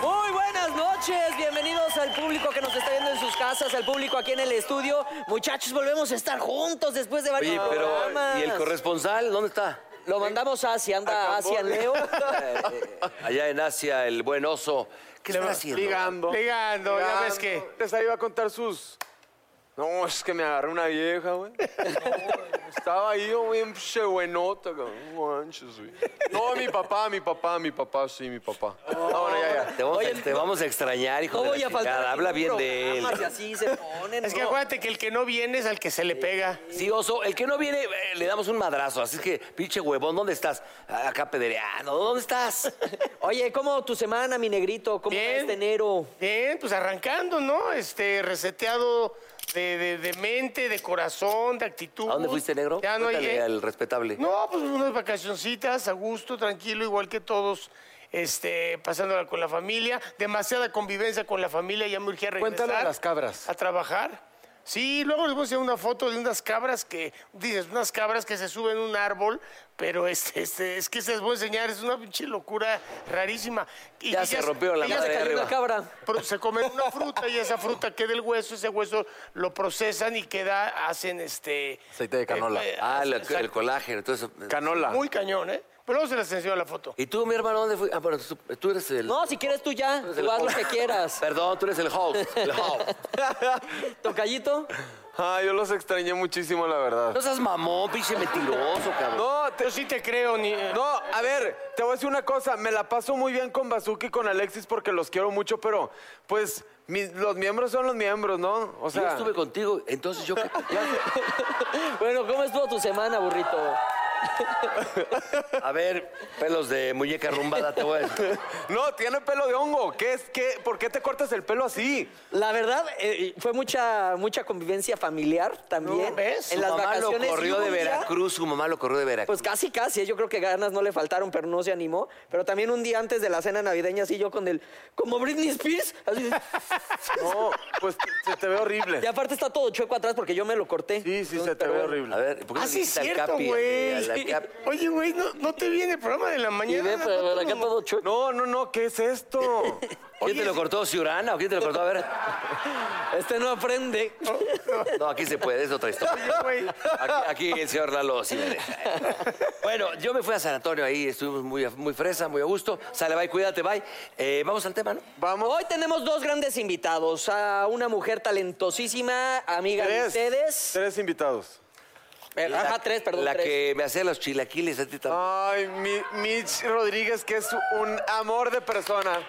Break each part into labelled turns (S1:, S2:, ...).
S1: Muy buenas noches, bienvenidos al público que nos está viendo en sus casas, al público aquí en el estudio. Muchachos, volvemos a estar juntos después de varios
S2: Oye, pero
S1: programas.
S2: ¿y el corresponsal dónde está?
S1: Lo mandamos a Asia, anda a Asia Leo.
S2: Allá en Asia, el buen oso. ¿Qué está haciendo?
S3: Ligando.
S4: Ligando, ya ves que.
S3: Les iba a contar sus. No, es que me agarré una vieja, güey. No, Estaba ahí, yo, güey, un pinche buenota, cabrón. No manches, güey. No, mi papá, mi papá, mi papá, sí, mi papá. No, bueno, ya, ya.
S2: Te vamos, a, te vamos a extrañar, hijo
S1: No
S2: de la
S1: voy a faltar.
S2: chingada.
S1: aquí
S2: Habla
S1: en
S2: bien de él.
S1: programas y así se ponen.
S4: Es que
S1: no.
S4: acuérdate que el que no viene es al que se le pega.
S2: Sí, oso, el que no viene, eh, le damos un madrazo. Así es que, pinche huevón, ¿dónde estás? Ah, Acá pedereano, ¿dónde estás?
S1: Oye, ¿cómo tu semana, mi negrito? ¿Cómo va
S4: Bien.
S1: este enero?
S4: Bien, pues arrancando, ¿no? Este, reseteado de, de- de mente, de corazón, de actitud.
S2: ¿A dónde fuiste, negro?
S4: Ya no
S2: Cuéntale
S4: llegué.
S2: al respetable.
S4: No, pues unas vacacioncitas, a gusto, tranquilo, igual que todos. Este, pasándola con la familia, demasiada convivencia con la familia, ya me urgía regresar.
S3: Cuéntale a las cabras.
S4: A trabajar. Sí, luego les voy a enseñar una foto de unas cabras que, dices, unas cabras que se suben a un árbol, pero este, este, es que se les voy a enseñar, es una pinche locura rarísima. Y
S2: Ya
S4: y
S2: se rompió la
S4: y
S1: Ya
S2: madre
S1: se
S2: de
S1: cayó
S2: arriba.
S1: una cabra.
S4: pero se comen una fruta y esa fruta queda el hueso, ese hueso lo procesan y queda, hacen este...
S3: Aceite de canola.
S4: eh, eh,
S2: Ah, la-
S4: exacto.
S2: el colágeno, entonces...
S3: Canola.
S4: Muy cañón, ¿eh? Pero luego se les enseñó la foto.
S2: ¿Y tú, mi hermano, dónde fuiste? Ah, pero tú, tú eres el...
S1: No, si quieres tú ya,
S2: tú eres
S1: tú haz lo
S2: host.
S1: que quieras.
S2: Perdón, tú eres el host. El host.
S1: Tocallito,
S3: Ah, yo los extrañé muchísimo, la verdad.
S2: No seas mamón, pinche mentiroso, cabrón.
S3: No, te-
S4: Yo sí te creo, ni... eh,
S3: No, a ver, te voy a decir una cosa. Me la paso muy bien con Bazooka y con Alexis porque los quiero mucho, pero pues mis- los miembros son los miembros, ¿no? O
S2: Yo
S3: sea,
S2: estuve contigo, entonces yo... qué-
S1: bueno, ¿cómo estuvo tu semana, burrito?
S2: A ver, pelos de muñeca rumbada, te voy a decir.
S3: no, tiene pelo de hongo. ¿Qué es qué? ¿Por qué te cortas el pelo así?
S1: La verdad, eh, fue mucha, mucha convivencia familiar también.
S4: No, ¿ves?
S1: En
S2: Su
S1: las
S2: mamá lo
S1: vacaciones.
S2: corrió
S1: hubo
S2: de
S1: un día-
S2: Veracruz, su mamá lo corrió de Veracruz.
S1: Pues casi, casi. Yo creo que ganas no le faltaron, pero no se animó. Pero también un día antes de la cena navideña, así yo con el. Como Britney Spears. así de-
S3: No, pues se te ve horrible.
S1: y aparte está todo chueco atrás porque yo me lo corté.
S3: Sí, sí, se te ve
S1: Pues,
S3: horrible.
S2: A ver, ¿por qué no
S4: Ah,
S2: le
S4: sí, es
S2: dijiste al
S4: cierto,
S2: Capi, eh, al-
S4: güey.
S2: al- al Capi?
S4: Oye, güey, no, no te viene el programa de la
S1: Y
S4: mañana.
S1: ve,
S4: no
S1: pero
S4: te
S1: acá
S4: lo-
S1: todo chueco.
S3: No, no, no, ¿qué es esto?
S2: ¿Quién te lo cortó, Ciurana? ¿O quién te lo cortó? A ver.
S1: Este no aprende.
S2: No, aquí se puede, es otra historia.
S4: Güey,
S2: Aquí, aquí el señor Lalo Jiménez. ¿eh? Bueno, yo me fui a San Antonio ahí, estuvimos muy, a- muy fresa, muy a gusto. Sale, bye, cuídate, bye. Eh, vamos al tema, ¿no?
S3: Vamos.
S1: Hoy tenemos dos grandes invitados. A una mujer talentosísima, amiga de ustedes.
S3: Tres invitados.
S1: Eh, Ajá, tres, perdón.
S2: La
S1: tres. Ah.
S2: que me hacía los chilaquiles a ti también.
S3: Ay, mi- Mitch Rodríguez, que es un amor de persona.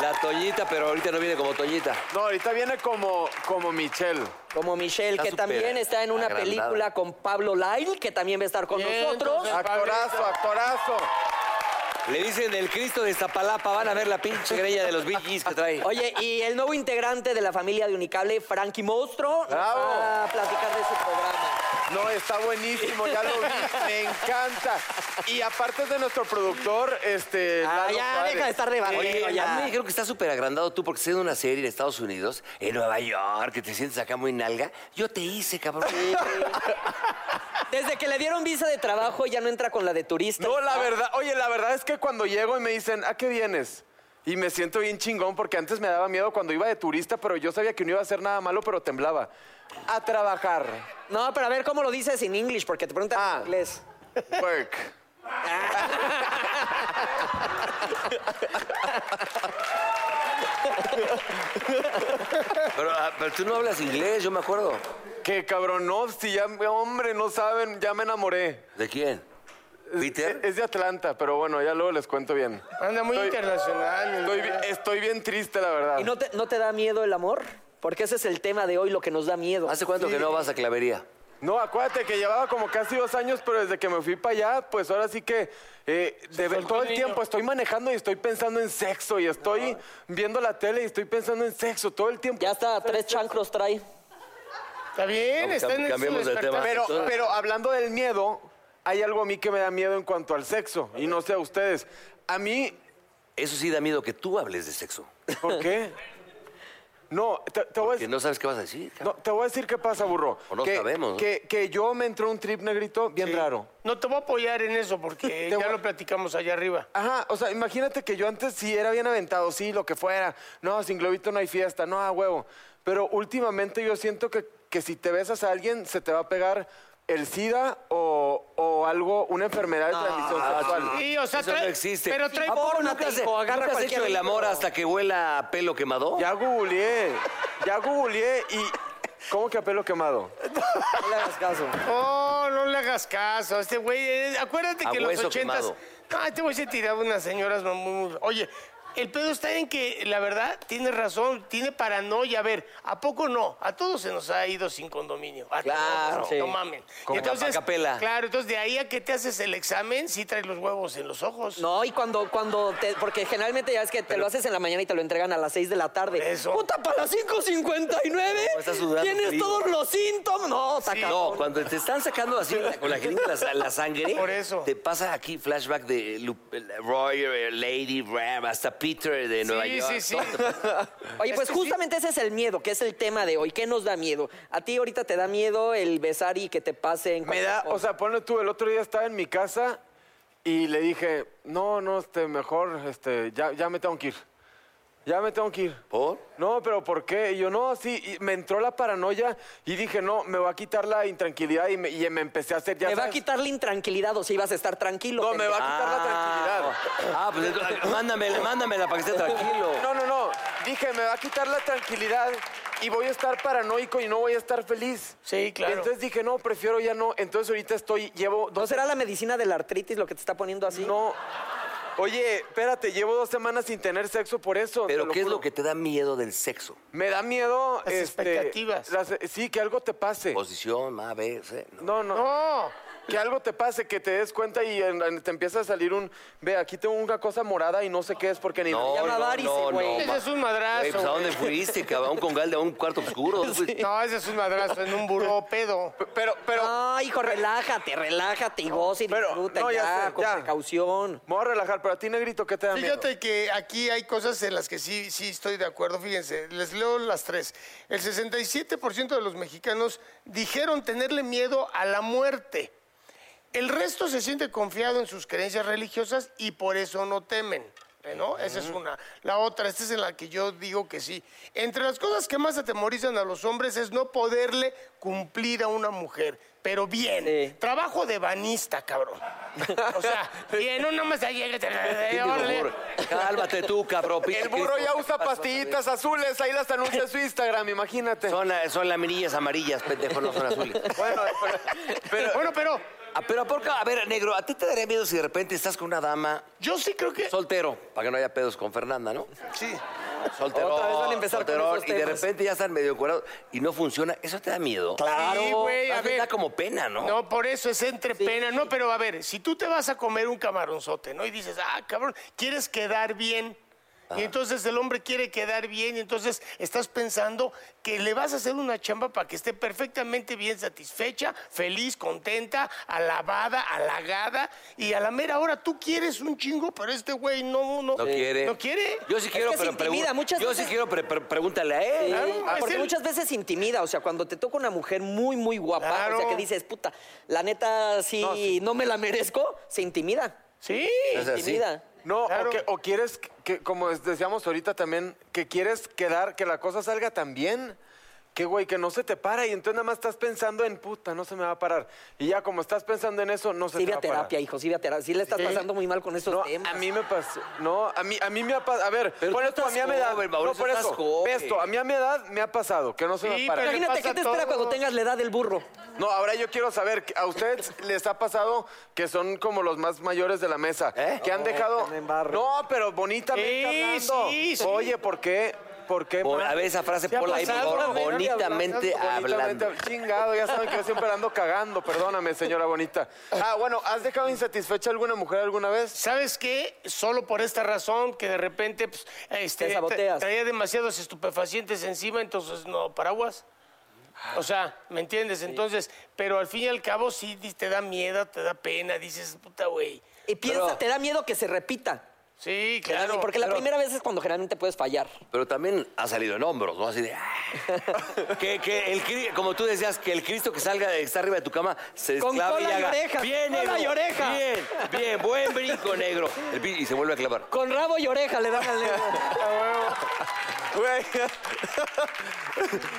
S2: La Toñita, pero ahorita no viene como Toñita.
S3: No, ahorita viene como, como Michelle.
S1: Como Michelle,
S2: Está
S1: que
S2: súper
S1: también está en una
S2: agrandada.
S1: película con Pablo Lyle, que también va a estar con
S4: Bien,
S1: nosotros.
S4: entonces-
S3: Actorazo, actorazo.
S2: Le dicen el Cristo de Zapalapa, van a ver la pinche greña de los Bee Gees que trae.
S1: Oye, y el nuevo integrante de la familia de Unicable, Frankie Monstro, nos
S3: Bravo.
S1: va a platicar de su programa.
S3: No, está buenísimo, ya lo vi, me encanta. Y aparte es de nuestro productor, este.
S1: Ah,
S3: Lalo
S1: ya,
S3: Suárez.
S1: deja de estar
S2: Oye,
S1: rebatiendo
S2: a mí me
S1: ya.
S2: dijeron que estás súper agrandado tú porque estás en una serie en Estados Unidos, en Nueva York, que te sientes acá muy nalga. Yo te hice, cabrón.
S1: Desde que le dieron visa de trabajo, ya no entra con la de turista.
S3: No, la verdad, oye, la verdad es que cuando llego y me dicen, ¿a qué vienes? Y me siento bien chingón porque antes me daba miedo cuando iba de turista, pero yo sabía que no iba a hacer nada malo, pero temblaba. A trabajar.
S1: No, pero a ver cómo lo dices en inglés, porque te preguntan
S3: Ah.
S1: en inglés.
S3: Work.
S2: Pero, ah, pero tú no hablas inglés, yo me acuerdo.
S3: Que cabrón, no, si ya, hombre, no saben, ya me enamoré.
S2: ¿De quién?
S3: Es,
S2: ¿Peter?
S3: es de Atlanta, pero bueno, ya luego les cuento bien.
S4: Anda muy
S3: Estoy-
S4: internacional. mi
S3: Estoy,
S4: hermana.
S3: bi- estoy bien triste, la verdad.
S1: ¿Y no te, no te da miedo el amor? Porque ese es el tema de hoy, lo que nos da miedo.
S2: ¿Hace cuánto que no vas a clavería?
S3: No, acuérdate que llevaba como casi dos años, pero desde que me fui para allá, pues ahora sí que eh, de ver- todo el tiempo estoy manejando y estoy pensando en sexo y estoy
S1: Ah.
S3: viendo la tele y estoy pensando en sexo todo el tiempo.
S1: Ya está, tres chancros trae.
S4: Está bien,
S2: Cam-
S4: está en el
S2: cambiemos de tema.
S3: Pero,
S2: Entonces-
S3: pero hablando del miedo, hay algo a mí que me da miedo en cuanto al sexo y no sé a ustedes. A mí,
S2: Eso sí da miedo que tú hables de sexo.
S3: ¿por qué? No, te, te voy a
S2: Que no sabes qué vas a decir.
S3: No, te voy a decir qué pasa, burro.
S2: O no
S3: que,
S2: sabemos, ¿no?
S3: Que, que yo me entró un trip negrito bien raro.
S4: No te voy a apoyar en eso porque
S3: Te
S4: ya
S3: voy-
S4: lo platicamos allá arriba.
S3: Ajá, o sea, imagínate que yo antes sí era bien aventado, sí, lo que fuera. No, sin globito no hay fiesta, no, a huevo. Pero últimamente yo siento que, que si te besas a alguien, se te va a pegar el SIDA o, o algo, una enfermedad de
S2: Ah,
S3: transmisión sexual.
S4: Sí, o sea,
S2: Eso no
S4: trae-
S2: existe.
S4: Pero trae
S2: ¿A poco
S1: porno,
S2: nunca
S1: te
S2: has-
S1: digo, agarra
S2: nunca has
S1: cualquier
S2: hecho el
S1: libro.
S2: amor hasta que huela a pelo quemado?
S3: Ya googleé, ya googleé y... ¿Cómo que a pelo quemado?
S1: No le hagas caso.
S4: No, no le hagas caso. Este güey, eh, acuérdate
S2: A
S4: que en los
S2: hueso
S4: ochentas.
S2: quemado.
S4: No, este güey se tiraba unas señoras muy, muy- Oye, el pedo está en que, la verdad, tiene razón, tiene paranoia. A ver, ¿a poco no? A todos se nos ha ido sin condominio. A
S1: Claro,
S4: todos,
S1: sí.
S4: No mamen.
S2: Como Capacapela.
S4: Claro, entonces de ahí a que te haces el examen, sí traes los huevos en los ojos.
S1: No, y cuando, cuando te, porque generalmente ya es que te lo haces en la mañana y te lo entregan a las 6 de la tarde.
S4: eso.
S1: Puta, para las 5.59
S2: No, está sudando
S1: tienes
S2: frío.
S1: todos los síntomas. No, está
S2: No,
S1: cabrón.
S2: cuando te están sacando así la- con la jeringa la, la sangre,
S4: Por eso.
S2: te pasa aquí flashback de Lu- Roy, eh, Lady, Ram, hasta Peter de Nueva
S4: sí,
S2: York.
S4: sí, sí.
S1: Oye, pues justamente ese es el miedo, que es el tema de hoy. ¿Qué nos da miedo? A ti ahorita te da miedo el besar y que te pasen.
S3: Me da, o sea, ponle tú, el otro día estaba en mi casa y le dije, no, no, este, mejor, este, ya, ya me tengo que ir. Ya me tengo que ir.
S2: ¿Por?
S3: No, pero ¿por qué? Y yo, no, sí, y me entró la paranoia y dije, no, me va a quitar la intranquilidad y me, y me empecé a hacer, ya
S1: Te va a
S3: sabes.
S1: quitar la intranquilidad, o sea, ibas a estar tranquilo.
S3: No, me va a
S1: pendejo.
S3: quitar la tranquilidad.
S2: Ah, pues entonces, mándamela, mándamela para que esté tranquilo.
S3: No, no, no, dije, me va a quitar la tranquilidad y voy a estar paranoico y no voy a estar feliz.
S4: Sí, claro.
S3: Entonces dije, no, prefiero ya no. Entonces ahorita estoy, llevo
S1: ¿No
S3: dos
S1: será la medicina de la artritis lo que te está poniendo así?
S3: No. Oye, espérate, llevo dos semanas sin tener sexo por eso. te
S2: Pero ¿qué es
S3: juro.
S2: lo que te da miedo del sexo?
S3: Me da miedo.
S4: Las
S3: este,
S4: expectativas.
S3: las- sí, que algo te pase.
S2: Posición, A, B, C. No.
S3: No, no.
S4: No.
S3: Que algo te pase, que te des cuenta y en- en- te empieza a salir un. Ve, aquí tengo una cosa morada y no sé qué es porque ni.
S2: No,
S1: llama
S2: no,
S1: varice,
S2: no,
S1: güey.
S2: no,
S4: Ese
S2: ma-
S4: es un madrazo,
S2: Güey, pues, ¿A
S4: güey.
S2: dónde fuiste, cabrón? Con gal de un cuarto oscuro. güey.
S4: No, ese es un madrazo en un buró pedo.
S3: Pero, pero.
S1: No, hijo, relájate, relájate y goza y
S3: Pero,
S1: disfruta
S3: no,
S1: ya,
S3: ya sé,
S1: con
S3: ya.
S1: precaución.
S3: Me voy a relajar, pero a ti, negrito, ¿qué te da miedo?
S4: Fíjate que aquí hay cosas en las que sí, sí estoy de acuerdo. Fíjense, les leo las tres. El 67% de los mexicanos dijeron tenerle miedo a la muerte. El resto se siente confiado en sus creencias religiosas y por eso no temen. ¿eh, ¿No? Esa es una. La otra, esta es en la que yo digo que sí. Entre las cosas que más atemorizan a los hombres es no poderle cumplir a una mujer, pero bien.
S1: Sí.
S4: Trabajo de banista, cabrón. O sea, bien, no nomás ahí,
S2: Tiene
S4: órale.
S2: dolor. Cálmate tú, cabrón. pinche
S3: El burro
S2: Cristo.
S3: ya usa pastillitas azules, ahí las anuncia en su Instagram, imagínate.
S2: Son, la- son laminillas amarillas, pendejo, no son azules.
S3: Bueno, pero, pero-
S4: Bueno, pero
S2: Ah, pero ¿a poco? A ver, negro, ¿a ti te daría miedo si de repente estás con una dama
S4: yo sí creo que.
S2: soltero? Para que no haya pedos con Fernanda, ¿no?
S4: Sí.
S2: Soltero.
S1: Otra vez van a empezar con
S2: solterón,
S1: esos
S2: Y de
S1: temas.
S2: repente ya están medio encuadrados y no funciona. ¿Eso te da miedo?
S1: Claro.
S4: Sí, güey, a
S2: Más bien
S4: ver.
S2: Da como pena, ¿no?
S4: No, por eso es entre pena. No, pero a ver, si tú te vas a comer un camaronzote, ¿no? Y dices, ah, cabrón, quieres quedar bien. Y entonces el hombre quiere quedar bien y entonces estás pensando que le vas a hacer una chamba para que esté perfectamente bien satisfecha, feliz, contenta, alabada, halagada y a la mera hora tú quieres un chingo, pero este güey no, no,
S2: No
S1: Eh,
S2: quiere.
S4: No quiere.
S2: Yo sí quiero,
S1: que se
S2: pero
S1: intimida,
S2: pregun-
S1: muchas
S2: Yo sí
S1: veces-
S2: quiero, pero pero pregúntale a él.
S1: Sí,
S4: Claro, es
S1: Ah, porque
S4: el-
S1: muchas veces intimida, o sea, cuando te toca una mujer muy, muy guapa, o sea,
S4: Claro.
S1: que dices, puta, la neta, si no, me la merezco, se intimida.
S4: Sí.
S2: Es así.
S1: Intimida.
S3: No,
S4: Claro.
S3: o, que- o quieres que, como es- decíamos ahorita también, que quieres quedar, que la cosa salga tan bien. Que, güey, que no se te para y entonces nada más estás pensando en puta, no se me va a parar. Y ya como estás pensando en eso, no se
S1: Sí,
S3: te
S1: ve
S3: va
S1: a
S3: a parar.
S1: terapia, hijo, sí, ve a terapia. Sí le estás pasando muy mal con estos
S3: No,
S1: temas.
S3: a mí me pasó. No, a mí, a mí me ha pasado. A ver,
S2: Pero
S3: por
S2: tú
S3: esto, a
S2: estás
S3: mí a mi edad.
S2: joven,
S3: no,
S2: Mauricio,
S3: por
S2: estás
S3: eso.
S2: joven.
S3: Esto, a mí a mi edad me ha pasado, que no se
S4: Sí,
S3: me para.
S4: pero le
S1: Imagínate
S4: pasa
S1: qué te
S4: a
S1: espera
S4: todos.
S1: cuando tengas la edad del burro.
S3: No, ahora yo quiero saber, ¿a ustedes les ha pasado que son como los más mayores de la mesa?
S2: ¿Eh?
S3: Que han dejado.
S1: también barro.
S3: No, pero bonitamente
S4: Sí,
S3: hablando.
S4: sí, sí.
S3: Oye, ¿por qué? ¿Por qué?
S2: Por-
S3: ma-
S2: a ver esa frase,
S3: ¿Te ha
S2: ponla ahí, por
S3: pasado?
S2: favor,
S3: Bonitamente
S2: bonitamente hablando.
S3: Chingado, ya saben que yo siempre ando cagando. Perdóname, señora bonita. Ah, bueno, ¿has dejado insatisfecha a alguna mujer alguna vez?
S4: ¿Sabes qué? Solo por esta razón que de repente pues, este,
S1: Te saboteas.
S4: traía demasiados estupefacientes encima, entonces no, paraguas. O sea, ¿me entiendes? Entonces, pero al fin y al cabo sí di- te da miedo, te da pena, dices, puta güey.
S1: Y piensa,
S2: Pero-
S1: te da miedo que se repita.
S4: Sí,
S1: Claro,
S4: claro.
S1: porque la primera vez es cuando generalmente puedes fallar.
S2: Pero también ha salido en hombros, ¿no? Así de. ah. que, que el, cri- como tú decías, que el Cristo que salga que está arriba de tu cama se
S1: Con
S2: esclava y
S1: cola y
S2: haga.
S1: oreja,
S2: Bien,
S1: cola
S2: negro.
S1: y oreja".
S2: Bien, bien, buen brinco, negro. El pi- y se vuelve a clavar.
S1: Con rabo y oreja le dan al
S3: Güey.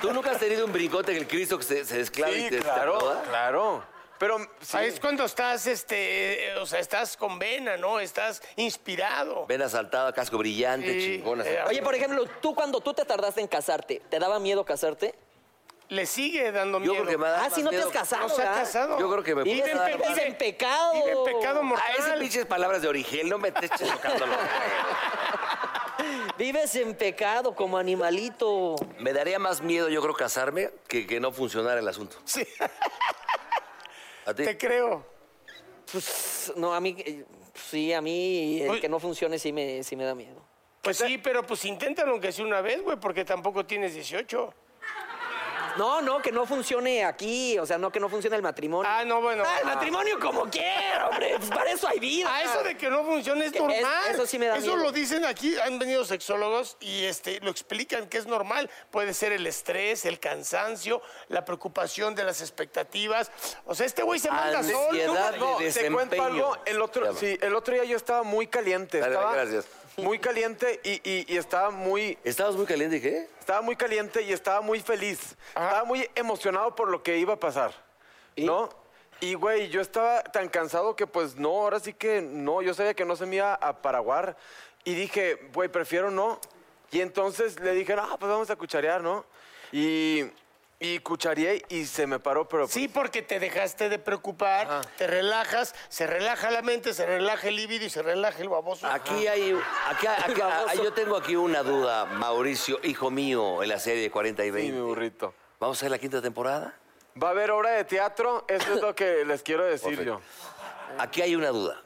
S2: ¿Tú nunca has tenido un brincote que el Cristo que se, se esclava y
S3: Sí,
S2: te
S3: claro,
S2: te acomoda?
S3: claro. Pero sí,
S4: Ahí es cuando estás, este, eh, o sea, estás con vena, ¿no? Estás inspirado.
S2: Vena saltada, casco brillante,
S4: Sí,
S2: chingona.
S4: eh,
S1: Oye, por ejemplo, tú cuando tú te tardaste en casarte, ¿te daba miedo casarte?
S4: Le sigue dando
S2: Yo
S4: miedo.
S2: creo que me da
S1: Ah,
S2: más
S1: si no te has
S2: miedo-
S1: casado.
S4: No se ha
S1: ¿verdad?
S4: casado.
S2: Yo creo que me
S1: Vives
S2: puede dar
S1: en, vives en pecado.
S4: Vive en pecado
S2: A Ah, esas
S4: mortal.
S2: pinches palabras de origen, no me estés chocándolo.
S1: Vives en pecado como animalito.
S2: Me daría más miedo, yo creo, casarme que que no funcionara el asunto.
S4: Sí,
S2: ¿A ti?
S4: te creo.
S1: Pues, no, a mí, eh, sí, a mí el
S4: Oye.
S1: que no funcione sí me, sí me da miedo.
S4: Pues sí, pero pues inténtalo aunque sea una vez, güey, porque tampoco tienes 18.
S1: No, no, que no funcione aquí, o sea, no que no funcione el matrimonio.
S4: Ah, no, bueno.
S1: Ah, el matrimonio como quiera, hombre, pues para eso hay vida.
S4: A eso de que no funciona es
S1: Que es-
S4: normal.
S1: eso sí me da miedo.
S4: lo dicen aquí, han venido sexólogos y este, lo explican que es normal. Puede ser el estrés, el cansancio, la preocupación de las expectativas. O sea, este
S1: Ah,
S4: güey se manda
S2: Ansiedad.
S4: solo.
S2: Edad de
S3: te cuento
S2: desempeño.
S3: algo. El
S2: Ya
S3: otro,
S2: va.
S3: sí, el otro día yo estaba muy caliente.
S2: Dale,
S3: estaba
S2: gracias.
S3: Muy caliente y, y- y estaba muy.
S2: ¿Estabas muy caliente y qué?
S3: Estaba muy caliente y estaba muy feliz. Estaba muy emocionado por lo que iba a pasar. ¿No? Y, güey, yo estaba tan cansado que, pues, no, ahora sí que no. Yo sabía que no se me iba a paraguar. Y dije, güey, prefiero no. Y entonces le dije, ah, pues vamos a cucharear, ¿no? Y, y cuchareé y se me paró, pero... pues,
S4: Sí, porque te dejaste de preocupar, te relajas, se relaja la mente, se relaja el líbido y se relaja el baboso.
S1: Ah,
S2: Aquí hay, aquí, aquí- ah, yo tengo aquí una duda, Mauricio, hijo mío, en la serie 40 y
S3: Sí, mi
S2: 20.
S3: burrito.
S2: ¿Vamos a hacer la quinta temporada?
S3: Va a haber obra de teatro, eso es lo que les quiero decir yo.
S2: Aquí hay una duda.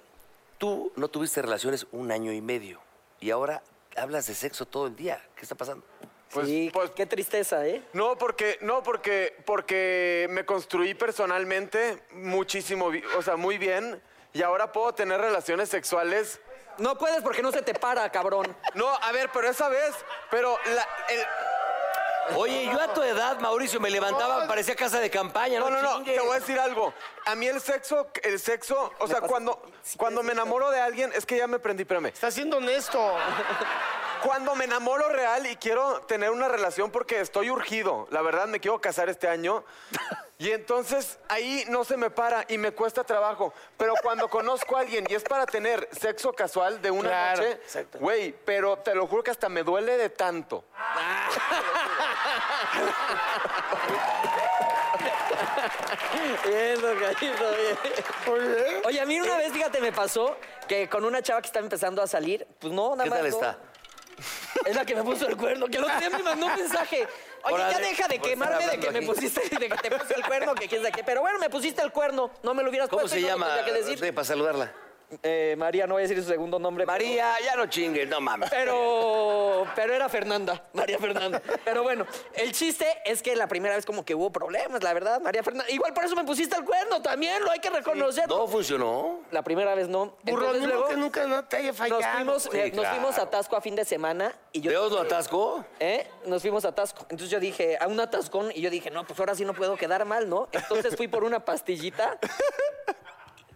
S2: Tú no tuviste relaciones un año y medio y ahora hablas de sexo todo el día. ¿Qué está pasando?
S3: Pues,
S1: sí,
S3: pues-
S1: qué tristeza, ¿eh?
S3: No, porque, no, porque, porque me construí personalmente muchísimo, bi- o sea, muy bien. Y ahora puedo tener relaciones sexuales.
S1: No puedes porque no se te para, cabrón.
S3: No, a ver, pero esa vez, pero la, el-
S2: Oye, yo a tu edad, Mauricio, me levantaba, parecía casa de campaña, ¿no?
S3: No, no, no,
S2: Chingue.
S3: te voy a decir algo. A mí el sexo, el sexo, o sea,
S1: pasa-
S3: cuando,
S1: sí,
S3: cuando
S1: sí,
S3: me
S1: sí.
S3: enamoro de alguien, es que ya me prendí, espérame.
S4: Está siendo honesto. Ah,
S3: Cuando me enamoro real y quiero tener una relación porque estoy urgido, la verdad me quiero casar este año. Y entonces ahí no se me para y me cuesta trabajo. Pero cuando conozco a alguien y es para tener sexo casual de una
S4: Claro,
S3: noche,
S4: exacto.
S3: güey, pero te lo juro que hasta me duele de tanto.
S1: Bien, tocadito, bien. Oye, a mí una vez, fíjate, me pasó que con una chava que estaba empezando a salir, pues no, nada
S2: ¿Qué
S1: más.
S2: tal
S1: no.
S2: está?
S1: Es la que me puso el cuerno, que el otro día me mandó un mensaje. Oye,
S2: Órale,
S1: ya deja de
S2: por estar
S1: quemarme de
S2: hablando
S1: que me
S2: aquí.
S1: pusiste, de que te puse el cuerno, que quién sabe qué. Pero bueno, me pusiste el cuerno, no me lo hubieras
S2: ¿Cómo
S1: puesto.
S2: se
S1: y no
S2: llama?
S1: tendría que decir.
S2: Eh, Para saludarla.
S1: Eh, María, no voy a decir su segundo nombre.
S2: María, ya no chingues, no mames.
S1: Eh, Pero, pero era Fernanda, María Fernanda. Pero bueno, el chiste es que la primera vez como que hubo problemas, la verdad, María Fernanda. Igual por eso me pusiste el cuerno también, lo hay que reconocer.
S2: No funcionó.
S1: La primera vez no.
S4: Burro,
S1: Entonces,
S4: ni modo
S1: luego
S4: que nunca no te haya
S1: nos
S4: fallado.
S1: fuimos, eh, nos
S2: claro.
S1: fuimos a Tasco a fin de semana y yo...
S2: ¿Deos lo atascó?
S1: ¿eh? Nos fuimos a Tasco. Entonces yo dije, a un atascón, y yo dije, no, pues ahora sí no puedo quedar mal, ¿no? Entonces fui por una pastillita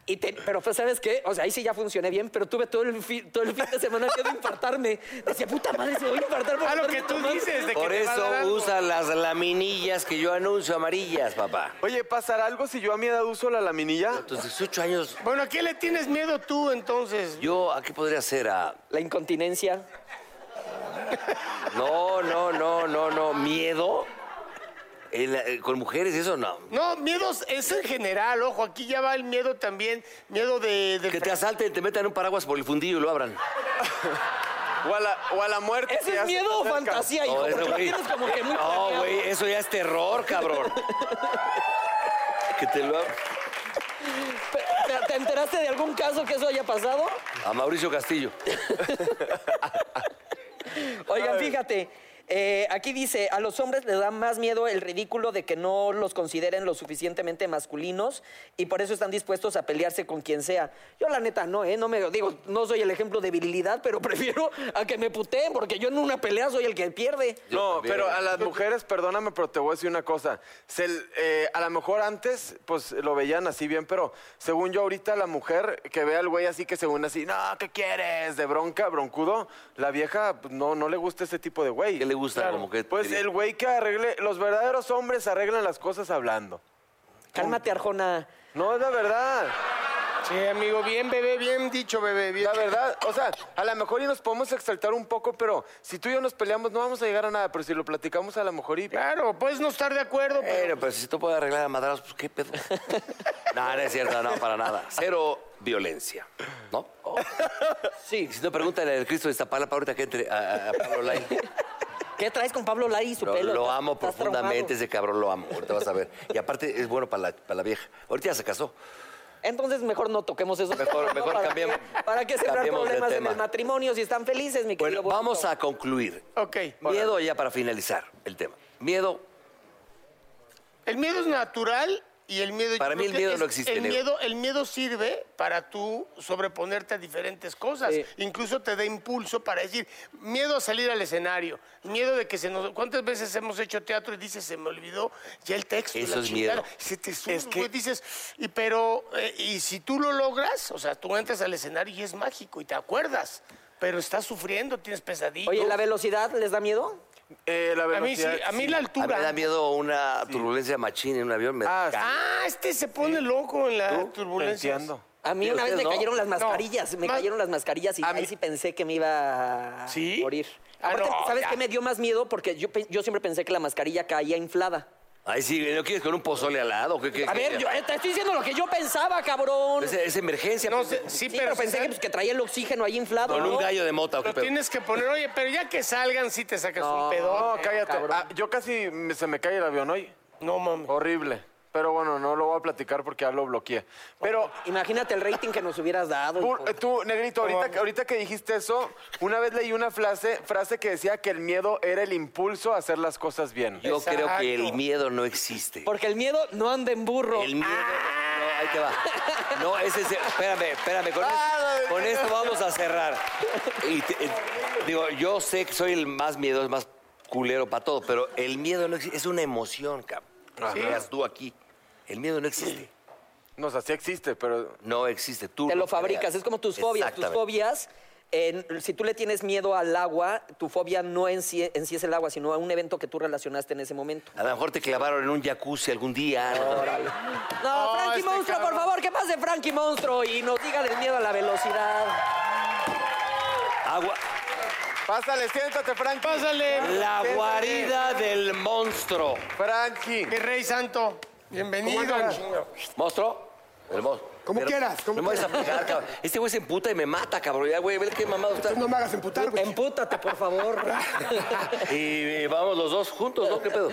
S1: Y te- pero pues, ¿sabes qué? O sea, ahí sí ya funcioné bien, pero tuve todo el, fi- todo el fin de semana miedo de infartarme. Decía, puta madre, se voy a infartar. por
S4: Ah, lo
S1: estar
S4: que
S1: bien
S4: tú
S1: tomando".
S4: dices de que
S2: Por
S4: te va a dar
S2: eso
S4: algo.
S2: usa las laminillas que yo anuncio amarillas, papá.
S3: Oye, ¿pasará algo si yo a mi edad uso la laminilla?
S2: Tus 18 años,
S4: Bueno, ¿a qué le tienes miedo tú entonces?
S2: yo, ¿a qué podría ser? A...
S1: La incontinencia.
S2: No, no, no, no, no. ¿Miedo? El, eh, ¿Con mujeres eso no?
S4: No, miedos es en general, ojo, aquí ya va el miedo también, miedo de... del
S2: Que te asalten, te metan un paraguas por el fundillo y lo abran.
S3: O a la, o a la muerte. si
S1: ¿Ese
S3: ya
S1: es
S3: se te
S1: miedo o
S3: acerca.
S1: fantasía, hijo?
S2: eso,
S1: Porque lo
S2: güey.
S1: tienes como que muy
S2: No,
S1: planeado.
S2: güey, eso ya es terror, cabrón. que te lo abran.
S1: ¿Te- ¿Te enteraste de algún caso que eso haya pasado?
S2: A Mauricio Castillo.
S1: Oigan, fíjate. eh, aquí dice, a los hombres les da más miedo el ridículo de que no los consideren lo suficientemente masculinos y por eso están dispuestos a pelearse con quien sea. Yo la neta no, ¿eh? No me digo, no soy el ejemplo de virilidad, pero prefiero a que me puteen porque yo en una pelea soy el que pierde.
S2: Yo
S3: No,
S2: también.
S3: pero a las mujeres, perdóname, pero te voy a decir una cosa. Se l- eh, a lo mejor antes, pues lo veían así bien, pero según yo ahorita la mujer que ve al güey así que según así, no, ¿qué quieres? De bronca, broncudo, la vieja pues, no, no le gusta ese tipo de güey.
S2: ¿Qué le gusta? Como que
S3: Pues el güey que arregle, los verdaderos hombres arreglan las cosas hablando.
S1: Cálmate, Arjona.
S3: No, es la verdad.
S4: Sí, eh, amigo, bien bebé, bien dicho bebé, bien.
S3: La verdad, o sea, a lo mejor y nos podemos exaltar un poco, pero si tú y yo nos peleamos no vamos a llegar a nada, pero si lo platicamos a lo mejor y...
S4: Claro, puedes no estar de acuerdo, pero...
S2: Pero, pero si tú puedes arreglar a madrazos, pues qué pedo. no, no es cierto, no, para nada. Cero violencia, ¿no? Sí. Si no, pregúntale al Cristo de Iztapalapa ahorita que entre a, a Pablo Lai.
S1: ¿Qué traes con Pablo Lai y su
S2: Lo,
S1: pelo?
S2: lo
S1: Estás-
S2: amo
S1: estás
S2: profundamente,
S1: traumado.
S2: ese cabrón lo amo. Ahorita vas a ver. Y aparte es bueno para la, para la vieja. Ahorita ya se casó.
S1: Entonces mejor no toquemos eso.
S2: Mejor- mejor
S1: para
S2: cambiemos-
S1: Que, para que sembrar
S2: cambiemos de
S1: problemas en
S2: tema.
S1: el matrimonio si están felices, mi
S2: Bueno,
S1: querido.
S2: vamos
S1: bonito.
S2: a concluir.
S4: Ok.
S2: Miedo ya para finalizar el tema. Miedo,
S4: El miedo es natural y el miedo...
S2: Para
S4: yo
S2: mí el
S4: creo que
S2: miedo no existe,
S4: El
S2: Leo.
S4: miedo, el miedo sirve para tú sobreponerte a diferentes cosas.
S1: Sí.
S4: Incluso te da impulso para decir, miedo a salir al escenario, miedo de que se nos... ¿Cuántas veces hemos hecho teatro y dices, se me olvidó ya el texto?
S2: Eso
S4: la
S2: es
S4: chingada"?
S2: miedo.
S4: Se te sube, güey, dices, y pero... eh, y si tú lo logras, o sea, tú entras al escenario y es mágico y te acuerdas. Pero estás sufriendo, tienes pesadillas.
S1: Oye, ¿la velocidad les da miedo?
S3: Eh, la
S4: A mí, sí,
S3: velocidad,
S4: a mí la
S2: a mí
S4: altura.
S2: me da miedo una turbulencia machín en un avión. me
S3: Ah,
S2: caga.
S4: Ah, este se pone loco en
S2: Ah,
S4: la turbulencia.
S3: Entiendo.
S1: A mí
S2: ¿Y
S1: una vez
S2: ustedes
S1: me
S2: no?
S1: cayeron las mascarillas, me
S4: Ma-
S1: cayeron las mascarillas y
S3: A mí-
S1: ahí sí pensé que me iba a
S4: ¿Sí?
S1: morir.
S4: Ah,
S1: Aparte,
S4: no,
S1: ¿sabes
S4: ya.
S1: qué me dio más miedo? Porque yo, pe- yo siempre pensé que la mascarilla caía inflada.
S2: Ay, sí, ¿no quieres con un pozole al lado? ¿Qué, qué-
S1: A
S2: qué-
S1: ver, yo, eh, te estoy diciendo lo que yo pensaba, cabrón.
S2: Es, es emergencia.
S4: No,
S2: pues.
S4: sé, sí,
S1: Sí, pero pensé que, pues, que traía el oxígeno ahí inflado.
S2: Con
S1: ¿no?
S2: un gallo de mota, ¿o qué
S4: Lo
S2: pedo?
S4: tienes que poner, oye, pero ya que salgan, sí te sacas
S1: No,
S4: un pedo.
S3: No, cállate.
S1: cabrón.
S3: Ah, yo casi me- se me cae el avión hoy.
S4: No mames.
S3: Horrible. Pero bueno, no lo voy a platicar porque ya lo bloqueé. Pero
S1: Imagínate el rating que nos hubieras dado.
S3: tú,
S1: hijo.
S3: eh, tú, negrito, ahorita, que- ahorita que dijiste eso, una vez leí una frase, frase que decía que el miedo era el impulso a hacer las cosas bien.
S2: Yo creo que el
S4: Exacto.
S2: miedo no existe.
S1: Porque el miedo no anda en burro.
S2: El miedo. No, ahí te va. No, ese es. Espérame, espérame. Con,
S3: Ah,
S2: esto,
S3: no,
S2: con
S3: no.
S2: esto vamos a cerrar. Y te- eh, digo, yo sé que soy el más miedoso, el más culero para todo, pero el miedo no existe. Es una emoción, cabrón.
S3: Sí.
S2: Veas tú aquí. El miedo no existe.
S3: No, o sea, sí existe, pero...
S2: No existe. Tú
S1: Te lo
S2: creas.
S1: fabricas, es como tus fobias. Tus
S2: Exactamente.
S1: fobias, eh, si tú le tienes miedo al agua, tu fobia no en sí, en sí es el agua, sino a un evento que tú relacionaste en ese momento.
S2: A lo mejor te clavaron en un jacuzzi algún día. ¿no?
S1: No,
S4: No,
S1: Frankie
S4: este
S1: Monstruo, por
S4: cabrón.
S1: favor, que pase Frankie Monstruo y nos diga del miedo a la velocidad.
S2: Agua.
S3: Pásale, siéntate, Frankie.
S4: Pásale,
S2: La
S3: Siéntate.
S2: guarida del monstruo.
S3: Frankie.
S4: mi rey santo. Bienvenido. chingo.
S2: ¿Monstruo? El monstruo.
S5: Como
S2: Pero-
S5: quieras, como
S2: no me vas a aplicar, cabrón. Este güey se emputa y me mata, cabrón. Ya, güey, ve qué mamado está.
S5: No me hagas emputar, güey.
S1: Empútate, por favor.
S2: Y vamos los dos juntos, ¿no? ¿Qué pedo?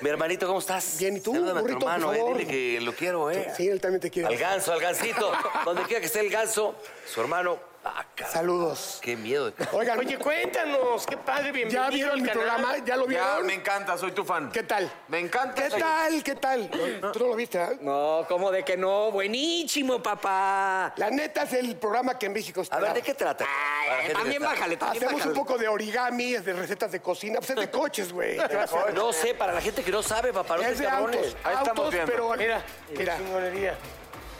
S2: Mi hermanito, ¿cómo estás?
S5: Bien, ¿y tú,
S2: Salúdame a tu
S5: burrito, por
S2: hermano, eh.
S5: favor?
S2: Dile que lo quiero, ¿eh?
S5: Sí, él también te
S2: Al
S5: quiere.
S2: ganso, al gancito. Donde quiera que esté el ganso, su hermano. Ah, cabrón,
S5: Saludos.
S2: Qué miedo.
S5: Oigan,
S4: Oye, cuéntanos, qué padre, bienvenido.
S5: ¿ya vieron
S4: al
S5: mi
S4: canal.
S5: programa? ¿Ya lo
S3: Ya,
S5: vieron?
S3: me encanta, soy tu fan.
S5: ¿Qué tal?
S3: Me encanta.
S5: ¿Qué
S3: soy-
S5: tal? ¿Qué tal? Tú no lo viste, ¿eh?
S1: No, ¿cómo de que no? Buenísimo, papá.
S5: La neta es el programa que en México
S2: A
S5: esperaba.
S2: ver, ¿de qué trata? Para la gente
S1: También
S2: que está-
S1: bájale, también
S5: Hacemos un
S1: bájale.
S5: poco de origami, es de recetas de cocina. Pues es de coches, güey.
S2: No sé, para la gente que no sabe, papá, no
S5: Es
S2: te
S5: de
S2: cabrones.
S5: autos.
S3: Ahí estamos
S5: Autos,
S3: viendo.
S5: pero mira,
S4: Mira,
S5: mira.
S4: chingonería.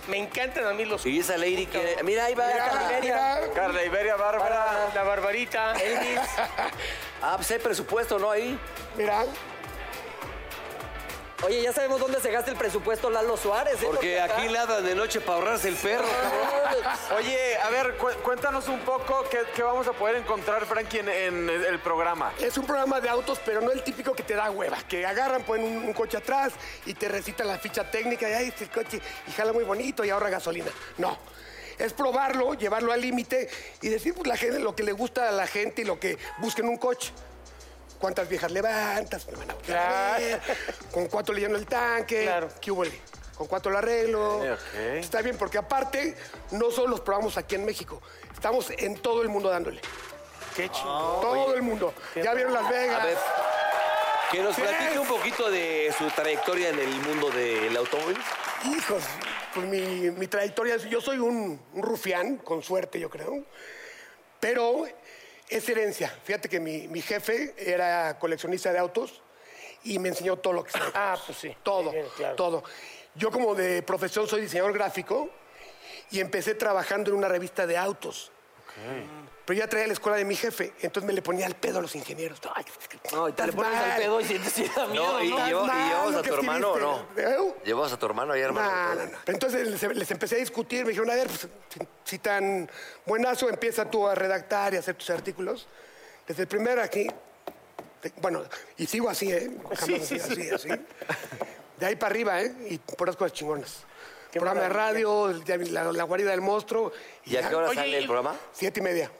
S4: Me encantan a mí los...
S2: Y esa lady que... Mira, ahí va.
S1: Mira,
S2: Carmen.
S1: Iberia.
S5: mira,
S3: Carla Iberia Bárbara.
S4: La Barbarita.
S1: Elvis.
S2: Ah, pues hay presupuesto, ¿no? Ahí.
S5: mira.
S1: Oye, ya sabemos dónde se gasta el presupuesto Lalo Suárez. ¿eh?
S2: Porque
S1: acá-
S2: aquí ladan de noche para ahorrarse el perro.
S3: Ah, Oye, a ver, cu- cuéntanos un poco qué, qué vamos a poder encontrar, Frankie, en, en el el programa.
S5: Es un programa de autos, pero no el típico que te da hueva. Que agarran, ponen un, un coche atrás y te recitan la ficha técnica. Y ay, este coche y jala muy bonito y ahorra gasolina. No. Es probarlo, llevarlo al límite y decir pues, la gente, lo que le gusta a la gente y lo que busca en un coche. ¿Cuántas viejas levantas? Pues, Me van a voltear a ver. ¿Con cuánto le lleno el tanque?
S4: Claro.
S5: ¿Qué hubo? ¿Con cuánto lo arreglo?
S3: Ok, ok.
S5: Está bien, porque aparte, no solo los probamos aquí en México. Estamos en todo el mundo dándole.
S4: Qué chingón.
S5: Todo el mundo. Ya vieron Las Vegas.
S2: A ver, que nos platique un poquito de su trayectoria en el mundo del automóvil.
S5: Hijos, pues mi, mi trayectoria, es- yo soy un, un rufián, con suerte yo creo, pero es herencia. Fíjate que mi, mi jefe era coleccionista de autos y me enseñó todo lo que sabía.
S4: Ah, pues sí.
S5: Todo,
S4: Bien, claro.
S5: todo. Yo como de profesión soy diseñador gráfico y empecé trabajando en una revista de autos. Pero ya traía la escuela de mi jefe, entonces me le ponía al pedo a los ingenieros. Ay,
S1: No, y te le
S5: estás
S1: pones al
S5: mal.
S1: pedo y sientes que da miedo,
S2: No, y,
S1: ¿no?
S5: Estás
S2: llevo- y
S5: mal,
S2: llevamos
S5: lo
S2: a
S5: que
S2: tu hermano o no.
S5: escribiste. ¿Eh?
S2: Llevamos a tu hermano y
S5: No,
S2: hermano.
S5: no, no. Pero Entonces les, les empecé a discutir, me dijeron, a ver, pues, si, si tan buenazo empieza tú a redactar y a hacer tus artículos. Desde el primer aquí, te- bueno, y sigo así, ¿eh? Jamás así, así, así. De ahí para arriba, ¿eh? Y por las cosas chingonas. Programa de radio, ya vi la, la guarida del monstruo.
S2: ¿Y a qué hora
S4: Oye,
S2: sale el
S4: y-
S2: programa?
S5: Siete y media.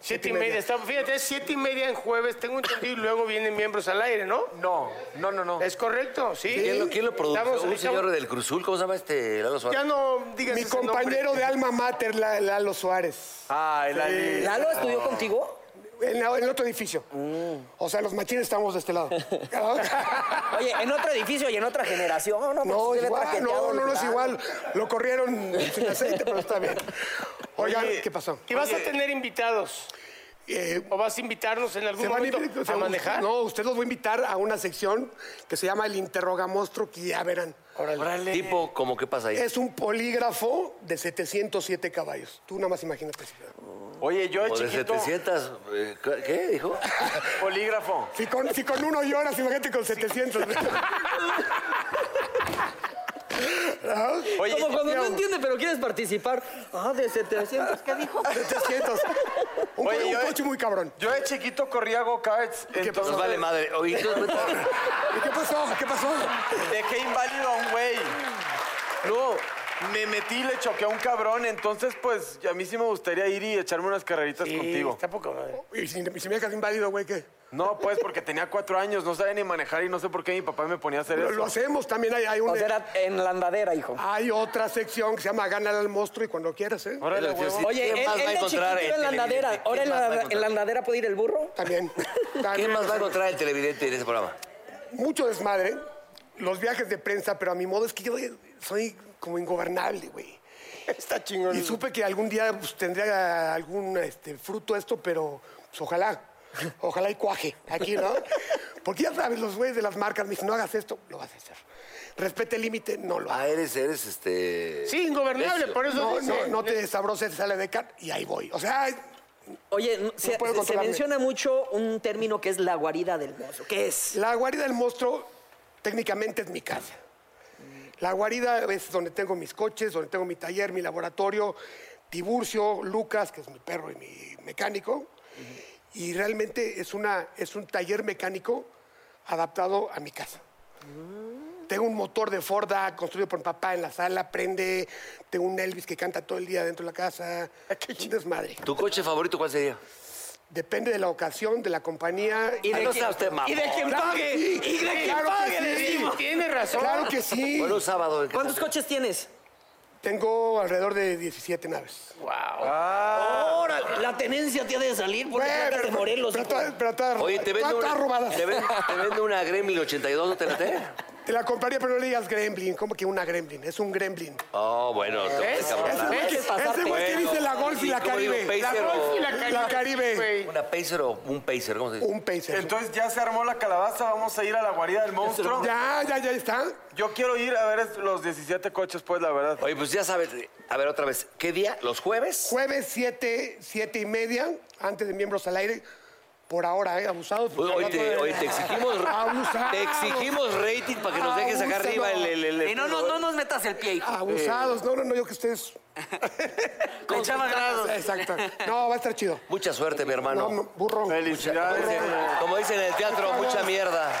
S4: Siete y media. Estamos, fíjate, es siete y media en jueves. Tengo entendido y luego vienen miembros al aire, ¿no?
S3: No, no, no, no.
S4: ¿Es correcto? Sí.
S2: ¿Quién lo, quién lo produjo?
S4: Estamos-
S2: ¿Un
S4: estamos-
S2: señor del Cruzul? ¿Cómo se llama este? Lalo Suárez.
S4: Ya no digas
S5: Mi
S4: ese
S5: compañero
S4: nombre.
S5: de alma mater, la- Lalo Suárez.
S3: Ay, la
S1: ¿Lalo estudió contigo?
S5: En, la- en el otro edificio. O sea, los machines estamos de este lado.
S1: Oye, en otro edificio y en otra generación. No, Pues
S5: No,
S1: sí se ve
S5: igual,
S1: traqueteado,
S5: no, no, no es
S1: claro.
S5: igual. Lo corrieron sin aceite, pero está bien. Oigan,
S3: Oye,
S5: ¿qué pasó?
S4: ¿Y vas a tener invitados?
S5: Eh,
S4: ¿O vas a invitarnos en algún
S5: se van
S4: momento
S5: invi- o
S4: a,
S5: sea,
S4: manejar?
S5: No, usted los voy a invitar a una sección que se llama el interrogamostro, que ya verán.
S2: Tipo, como qué pasa ahí?
S5: Es un polígrafo de 707 caballos. Tú nada más imagínate.
S3: Oye, yo de
S2: O de
S3: chiquito.
S2: 700. eh, ¿Qué dijo?
S3: Polígrafo.
S5: Si con, si con uno lloras, imagínate con 700.
S3: Oye,
S1: Como cuando no
S5: Digamos.
S1: entiende, pero quieres participar. Ah, de 700, ¿qué dijo?
S5: 700. Un,
S3: Oye,
S5: un
S3: yo-
S5: coche muy cabrón.
S3: yo de chiquito corría go-karts.
S5: pasó?
S2: Nos
S3: Entonces
S2: vale madre. Oye, ¿tú-
S5: ¿Y qué pasó? ¿Qué pasó?
S3: dejé inválido a un güey. No, me metí y le choqué a un cabrón. Entonces, pues, a mí sí me gustaría ir y echarme unas carreritas
S4: Sí,
S3: contigo.
S4: Está poca madre.
S5: Y si, y si me dejas inválido, güey, ¿qué?
S3: No, pues, porque tenía cuatro años, no sabía ni manejar y no sé por qué mi papá me ponía a hacer
S5: Lo,
S3: eso.
S5: lo hacemos también. Hay, hay un...
S1: O sea, era en la andadera, hijo.
S5: Hay otra sección que se llama Gánale al monstruo y cuando quieras, ¿eh?
S3: Órale,
S2: Pero,
S3: huevo.
S2: tío,
S1: Oye,
S2: ¿Qué
S1: él,
S2: más
S1: él
S2: va a
S1: de chiquito iba
S2: encontrar
S1: en la
S2: el
S1: andadera.
S2: televidente?
S1: Ahora en
S2: ¿Qué más va a
S1: la, en
S2: encontrar?
S1: la andadera puede ir el burro.
S5: También.
S2: ¿Qué
S5: También.
S2: más va a encontrar el televidente en ese programa?
S5: Mucho desmadre, los viajes de prensa, pero a mi modo es que yo soy como ingobernable, güey.
S4: Está chingón.
S1: Mm.
S5: Y supe que algún día pues, tendría algún este, fruto esto, pero pues, ojalá, ojalá y cuaje aquí, ¿no? Porque ya sabes, los güeyes de las marcas me dicen, no hagas esto, lo vas a hacer. Respete el límite, no lo hagas.
S2: Ah, eres, eres este.
S4: Sí, ingobernable, por Ah, eso
S5: No,
S4: dice.
S5: no, no te desabroces, sale de car y ahí voy. O sea,
S1: Oye, no- se,
S5: puedo
S1: se- se
S5: controlarme.
S1: menciona mucho un término que es la guarida del mozo. ¿Qué es?
S5: La guarida del monstruo técnicamente es mi casa. La guarida es donde tengo mis coches, donde tengo mi taller, mi laboratorio, Tiburcio, Lucas, que es mi perro y mi mecánico. Y realmente es, una, es un taller mecánico adaptado a mi casa. Tengo un motor de Forda construido por mi papá en la sala, prende. Tengo un Elvis que canta todo el día dentro de la casa. Un desmadre.
S2: ¿Tu coche favorito cuál sería?
S5: Depende de la ocasión, de la compañía.
S1: Y
S2: Ah,
S1: de
S2: no
S1: quién-
S2: sea usted mamón.
S1: y de quien
S5: Claro
S1: pague.
S5: que sí.
S1: Y de quien
S5: Claro que
S1: pague, le
S5: sí.
S1: digo.
S4: Tiene razón.
S5: Claro que sí.
S2: Bueno, un sábado. ¿en qué
S1: ¿Cuántos
S2: tal?
S1: coches tienes?
S5: Tengo alrededor de 17 naves.
S1: Órale, la tenencia tiene de salir por la placa de Morelos.
S5: pero,
S1: hijo.
S5: todas- pero todas-
S2: Oye, te vendo,
S5: todas- todas
S2: una,
S5: robadas.
S2: te, ven- te vendo una Gremlin 82, ¿no te la te?
S5: Te la compraría, pero no le digas gremlin. ¿Cómo que una gremlin? Es un gremlin.
S2: Oh, bueno. te vas a
S1: ¿Ves?
S2: encabronar.
S1: Es un-
S5: Ese güey que
S2: Bueno,
S5: dice la golf y la
S2: ¿cómo digo,
S5: caribe.
S2: Pacer o-
S5: La caribe.
S2: ¿Una pacer o un pacer? ¿Cómo se dice?
S5: Un pacer.
S6: Entonces ya se armó la calabaza, vamos a ir a la guarida del monstruo.
S5: Ya, ya, ya está.
S6: Yo quiero ir a ver est- los 17 coches, pues, la verdad.
S2: Oye, pues ya sabes. A ver, otra vez. ¿Qué día? ¿Los jueves?
S5: Jueves 7, 7 y media, antes de Miembros al Aire. Por ahora, ¿eh? Abusados.
S2: Uy, Hoy te, hoy te exigimos,
S5: Abusados.
S2: te exigimos rating para que nos dejes acá
S5: Abusado.
S2: arriba el... el- el- el-
S1: Y no, no, no nos metas el pie, hijo.
S5: Abusados. No, no, no, yo que ustedes...
S1: Con grados.
S5: Exacto. No, va a estar chido.
S2: Mucha suerte, mi hermano.
S5: No, no, burro.
S6: Felicidades.
S2: Como dicen en el teatro, mucha mierda.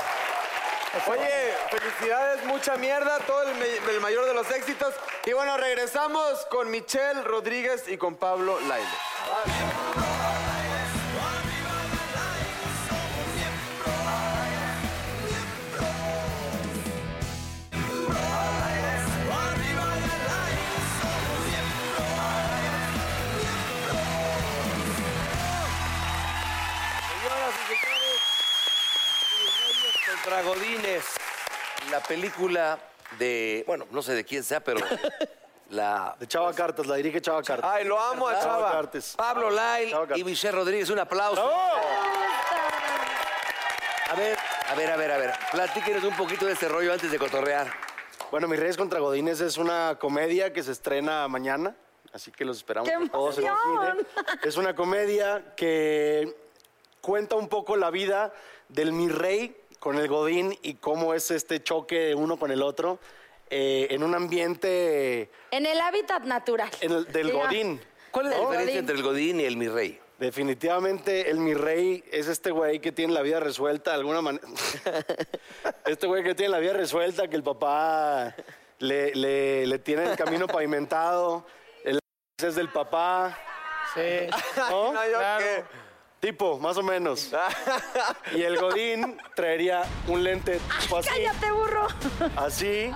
S6: Oye, felicidades, mucha mierda, todo el, me- el mayor de los éxitos. Y bueno, regresamos con Michelle Rodríguez y con Pablo Laile.
S2: Señoras y señores, Mis Reyes contra Godínez. La película de, bueno, no sé de quién sea, pero la
S7: De Chava Cartas, la dirige Chava Cartas.
S6: Ay, lo amo a
S7: Chava
S6: Chava.
S7: Cartas.
S2: Ah, Pablo Lyle
S7: Chao, Carlos.
S2: y Michelle Rodríguez. Un aplauso. A ver, a ver, a ver, a ver. Platíquenos un poquito de este rollo antes de cotorrear.
S7: Bueno, Mis Reyes contra Godines es una comedia que se estrena mañana, así que los esperamos
S8: ¡Qué
S7: a todos en el
S8: emoción!
S7: cine. Es una comedia que cuenta un poco la vida del Mi Rey con el Godín y cómo es este choque de uno con el otro eh, en un ambiente
S8: En el hábitat natural.
S7: en el- del
S8: Diga,
S7: Godín.
S2: ¿Cuál es la
S8: ¿No?
S2: diferencia
S8: Godín.
S2: entre el Godín y el mi rey?
S7: Definitivamente el mi rey es este güey que tiene la vida resuelta de alguna manera. este güey que tiene la vida resuelta, que el papá le, le- le tiene el camino pavimentado, el es del papá.
S4: Sí.
S7: ¿no?
S6: No, yo qué.
S7: Tipo, más o menos. y el Godín traería un lente tipo así,
S8: ¡Cállate, burro!
S7: así.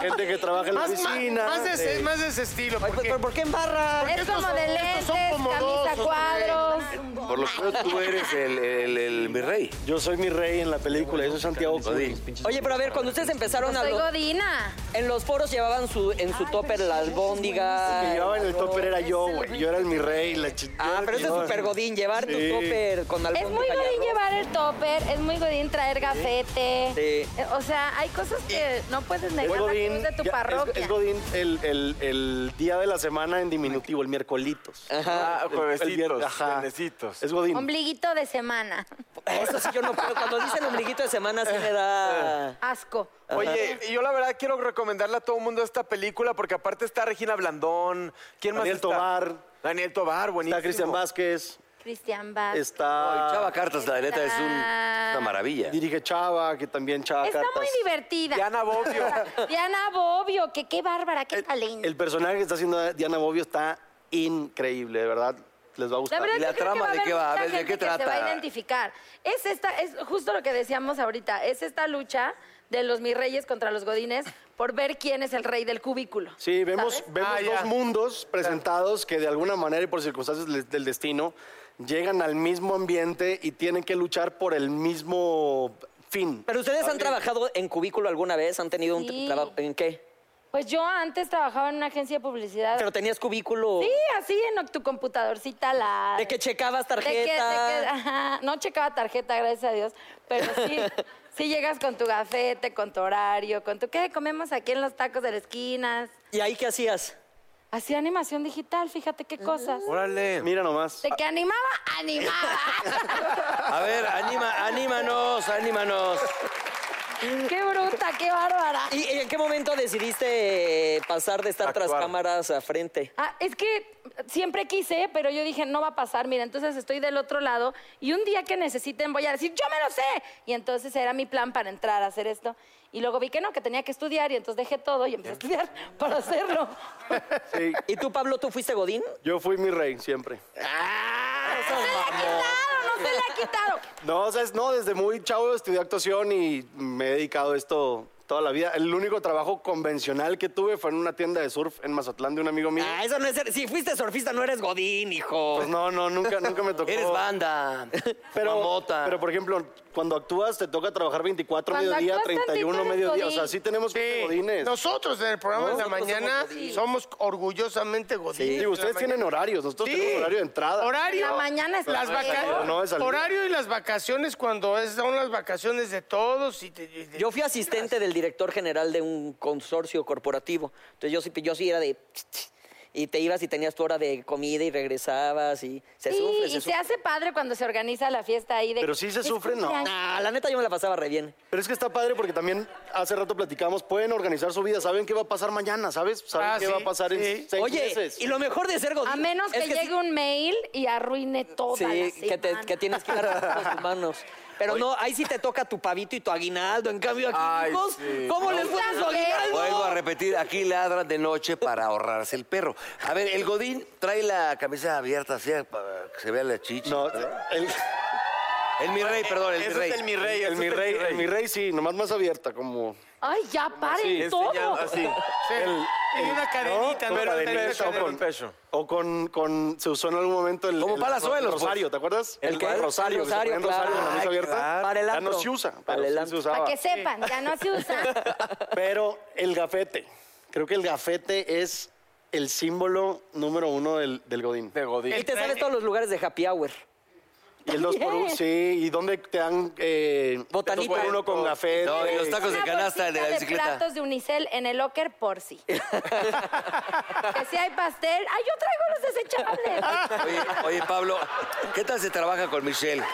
S7: Gente que trabaja en la
S4: Más, más-
S7: oficina.
S4: más de ese,
S7: de-
S4: más de ese estilo. Porque
S1: ¿Pero por qué embarra?
S8: Es
S4: estos
S8: como
S4: son-
S8: de
S4: estos
S8: lentes,
S4: son comodosos,
S8: camisa
S4: güey.
S8: cuadros.
S2: Por lo que tú eres el, el, el mi rey.
S7: Yo soy mi rey en la película, yo soy Santiago Godín.
S1: Oye, pero a ver, cuando ustedes empezaron a...
S8: Soy
S1: lo-
S8: Godina.
S1: En los foros llevaban su, en su topper la albóndiga.
S7: que llevaba en el topper era yo, güey. Yo era el mi rey. La chi- yo era
S1: Ah,
S7: el
S1: pero
S7: que
S1: eso es
S7: llevaba-
S1: súper godín, llevar tu topper con
S8: Es
S1: albóndiga.
S8: muy
S1: y
S8: godín
S1: arroz.
S8: llevar el topper, es muy godín traer gafete.
S1: Sí.
S8: Eh, O sea, hay cosas que no puedes
S7: Es
S8: negar la
S7: Godín,
S8: cruz de tu
S7: ya, es-
S8: parroquia.
S7: es Godín el, el- el día de la semana en diminutivo, el miércolitos.
S6: Ah,
S7: vier-
S6: juevesitos,
S7: ajá.
S6: viernesitos.
S7: Es Godín.
S8: Ombliguito de semana.
S1: Eso sí yo no puedo. Cuando dicen ombliguito de semana sí me da...
S8: Asco.
S6: Oye, yo la verdad quiero recomendarle a todo el mundo esta película porque aparte está Regina Blandón. ¿Quién más
S7: Daniel
S6: está?
S7: Tovar.
S6: Daniel Tobar, buenísimo.
S7: Está Cristian Vázquez,
S8: Cristian Vaz.
S1: Oh,
S8: Ah.
S7: está...
S2: Chava Cartas, la neta, es un- una maravilla.
S7: Dirige Chava, que también Chava
S8: Está
S7: Cartas.
S8: muy divertida.
S6: Diana Bobbio.
S8: Diana Bobbio, que qué bárbara, qué talento.
S7: El personaje que está haciendo Diana Bobbio está increíble, de verdad. Les va a
S8: La
S7: gustar.
S8: verdad,
S2: ¿Y la
S8: yo creo
S2: trama
S8: que
S2: de qué va?
S8: haber
S2: A ver,
S8: mucha
S2: ¿de qué
S8: gente que Se va
S2: trata?
S8: a identificar. Es esta, es justo lo que decíamos ahorita, es esta lucha de los mis reyes contra los godines por ver quién es el rey del cubículo.
S7: Sí, vemos,
S8: ¿sabes?
S7: vemos
S6: Ah, ya.
S7: dos mundos presentados que de alguna manera y por circunstancias del- del destino llegan al mismo ambiente y tienen que luchar por el mismo fin.
S1: Pero ustedes han trabajado en cubículo alguna vez, han tenido un
S8: Sí.
S1: trabajo... ¿En qué?
S8: Pues yo antes trabajaba en una agencia de publicidad.
S1: Pero tenías cubículo...
S8: Sí, así en tu computadorcita la...
S1: De que checabas
S8: De que- ah. de que-
S1: tarjeta.
S8: ajá, no checaba tarjeta, gracias a Dios, pero sí, sí llegas con tu gafete, con tu horario, con tu... ¿Qué comemos aquí en los tacos de las esquinas?
S1: ¿Y ahí qué hacías?
S8: Hacía animación digital, fíjate qué cosas.
S6: Órale.
S7: Mira nomás.
S8: De que animaba, animaba.
S2: A ver, anima, anímanos, anímanos.
S8: qué bruta, qué bárbara.
S1: ¿Y y en qué momento decidiste eh, pasar de estar tras
S6: Actuar.
S1: cámaras a frente?
S8: Ah, es que siempre quise, pero yo dije, no va a pasar, mira, entonces estoy del otro lado y un día que necesiten voy a decir, yo me lo sé. Y entonces era mi plan para entrar a hacer esto. Y luego vi que no, que tenía que estudiar y entonces dejé todo y empecé a estudiar para hacerlo.
S7: Sí,
S1: ¿Y tú, Pablo, tú fuiste Godín?
S7: yo fui mi rey siempre.
S8: ¡No se le ha quitado, no se le ha quitado!
S7: No, o sea, es- no, desde muy chavo estudié actuación y me he dedicado a esto toda la vida. El único trabajo convencional que tuve fue en una tienda de surf en Mazatlán de un amigo mío.
S1: Ah, eso no es ser- Si fuiste surfista, no eres Godín, hijo.
S7: Pues no, no, nunca, nunca me tocó.
S2: Eres banda.
S7: Pero,
S2: mamota.
S7: pero, por ejemplo, cuando actúas te toca trabajar 24
S8: Cuando
S7: mediodía,
S8: actúas tanto y
S7: 31
S8: tú eres
S7: mediodía. O
S8: godín.
S7: sea, sí tenemos godines.
S4: Nosotros en el programa de la mañana
S8: godines.
S4: somos orgullosamente godines.
S7: Y ustedes tienen horarios, nosotros
S4: Sí.
S7: tenemos horario de entrada.
S4: Horario.
S8: La mañana es
S4: las
S8: la
S4: vaca-
S8: peor.
S7: No, de salida.
S4: Horario y las vacaciones cuando es- son las vacaciones de todos. Y te- y te-
S1: Yo fui asistente del director general de un consorcio corporativo. Entonces yo sí, yo sí era de... Y te ibas y tenías tu hora de comida y regresabas y se
S8: Sí,
S1: sufre, se
S8: y se
S1: sufre.
S8: hace padre cuando se organiza la fiesta ahí. De,
S7: Pero sí se
S8: Es
S7: sufre, no.
S8: cumpleaños.
S1: Ah, la neta yo me la pasaba re bien.
S7: Pero es que está padre porque también hace rato platicamos, pueden organizar su vida, saben qué va a pasar mañana, ¿sabes? Saben
S4: Ah,
S7: qué
S4: sí,
S7: va a pasar
S4: sí.
S7: en seis
S1: Oye,
S7: meses.
S1: y lo mejor de ser godín...
S8: A menos que,
S1: es
S8: llegue
S1: sí-
S8: un mail y arruine toda la
S1: Sí, que, te-
S8: semana.
S1: que tienes que ir a tus manos. Pero no, ahí sí te toca tu pavito y tu aguinaldo. En cambio aquí,
S6: Ay,
S1: hijos,
S6: sí.
S1: ¿cómo les pones su aguinaldo?
S2: Vuelvo a repetir, aquí ladran de noche para ahorrarse el perro. A ver, el Godín trae la camisa abierta así para que se vea la chicha.
S7: No, el,
S2: El mi rey, perdón, el mi
S6: Ese
S2: rey.
S6: es el mi rey.
S7: el
S6: ese
S7: mi
S6: es
S7: rey, el mi rey sí, nomás más abierta, como...
S8: Ay, ya, paren
S7: así,
S8: todo.
S6: Enseñando
S7: Ah,
S6: así.
S7: el-
S4: y una cadenita,
S7: ¿no?
S4: ¿no?
S7: Pero
S6: Pero
S7: el
S6: el
S7: pecho,
S6: pecho,
S7: con-
S6: pero el pecho.
S7: O con, con... Se usó en algún momento el...
S2: Como
S7: el
S2: palazuelos, pues.
S7: Rosario, ¿te acuerdas?
S1: ¿El qué?
S7: rosario.
S1: El
S7: que se
S1: rosario,
S7: ponía el rosario
S1: claro.
S7: con la
S1: Ay,
S7: mesa abierta.
S1: claro. Para el
S7: Ya no
S1: antro.
S7: se usa,
S1: Para el
S7: pero sí se
S1: antro.
S7: usaba.
S8: Para que sepan, ya no se usa.
S7: Pero el gafete. Creo que el gafete es el símbolo número uno del, del Godín.
S6: De Godín.
S1: Y te sabes todos los lugares de happy hour.
S7: Y el 2 por 1 sí. ¿Y dónde te dan eh,
S1: Botanita.
S7: dos por uno con gafete?
S2: No, y los tacos de
S8: Una
S2: canasta de
S8: bolsita
S2: la bicicleta.
S8: platos de unicel en el locker por sí. que si hay pastel, ay, yo traigo los desechables.
S2: Oye, oye, Pablo, ¿qué tal se trabaja con Michelle?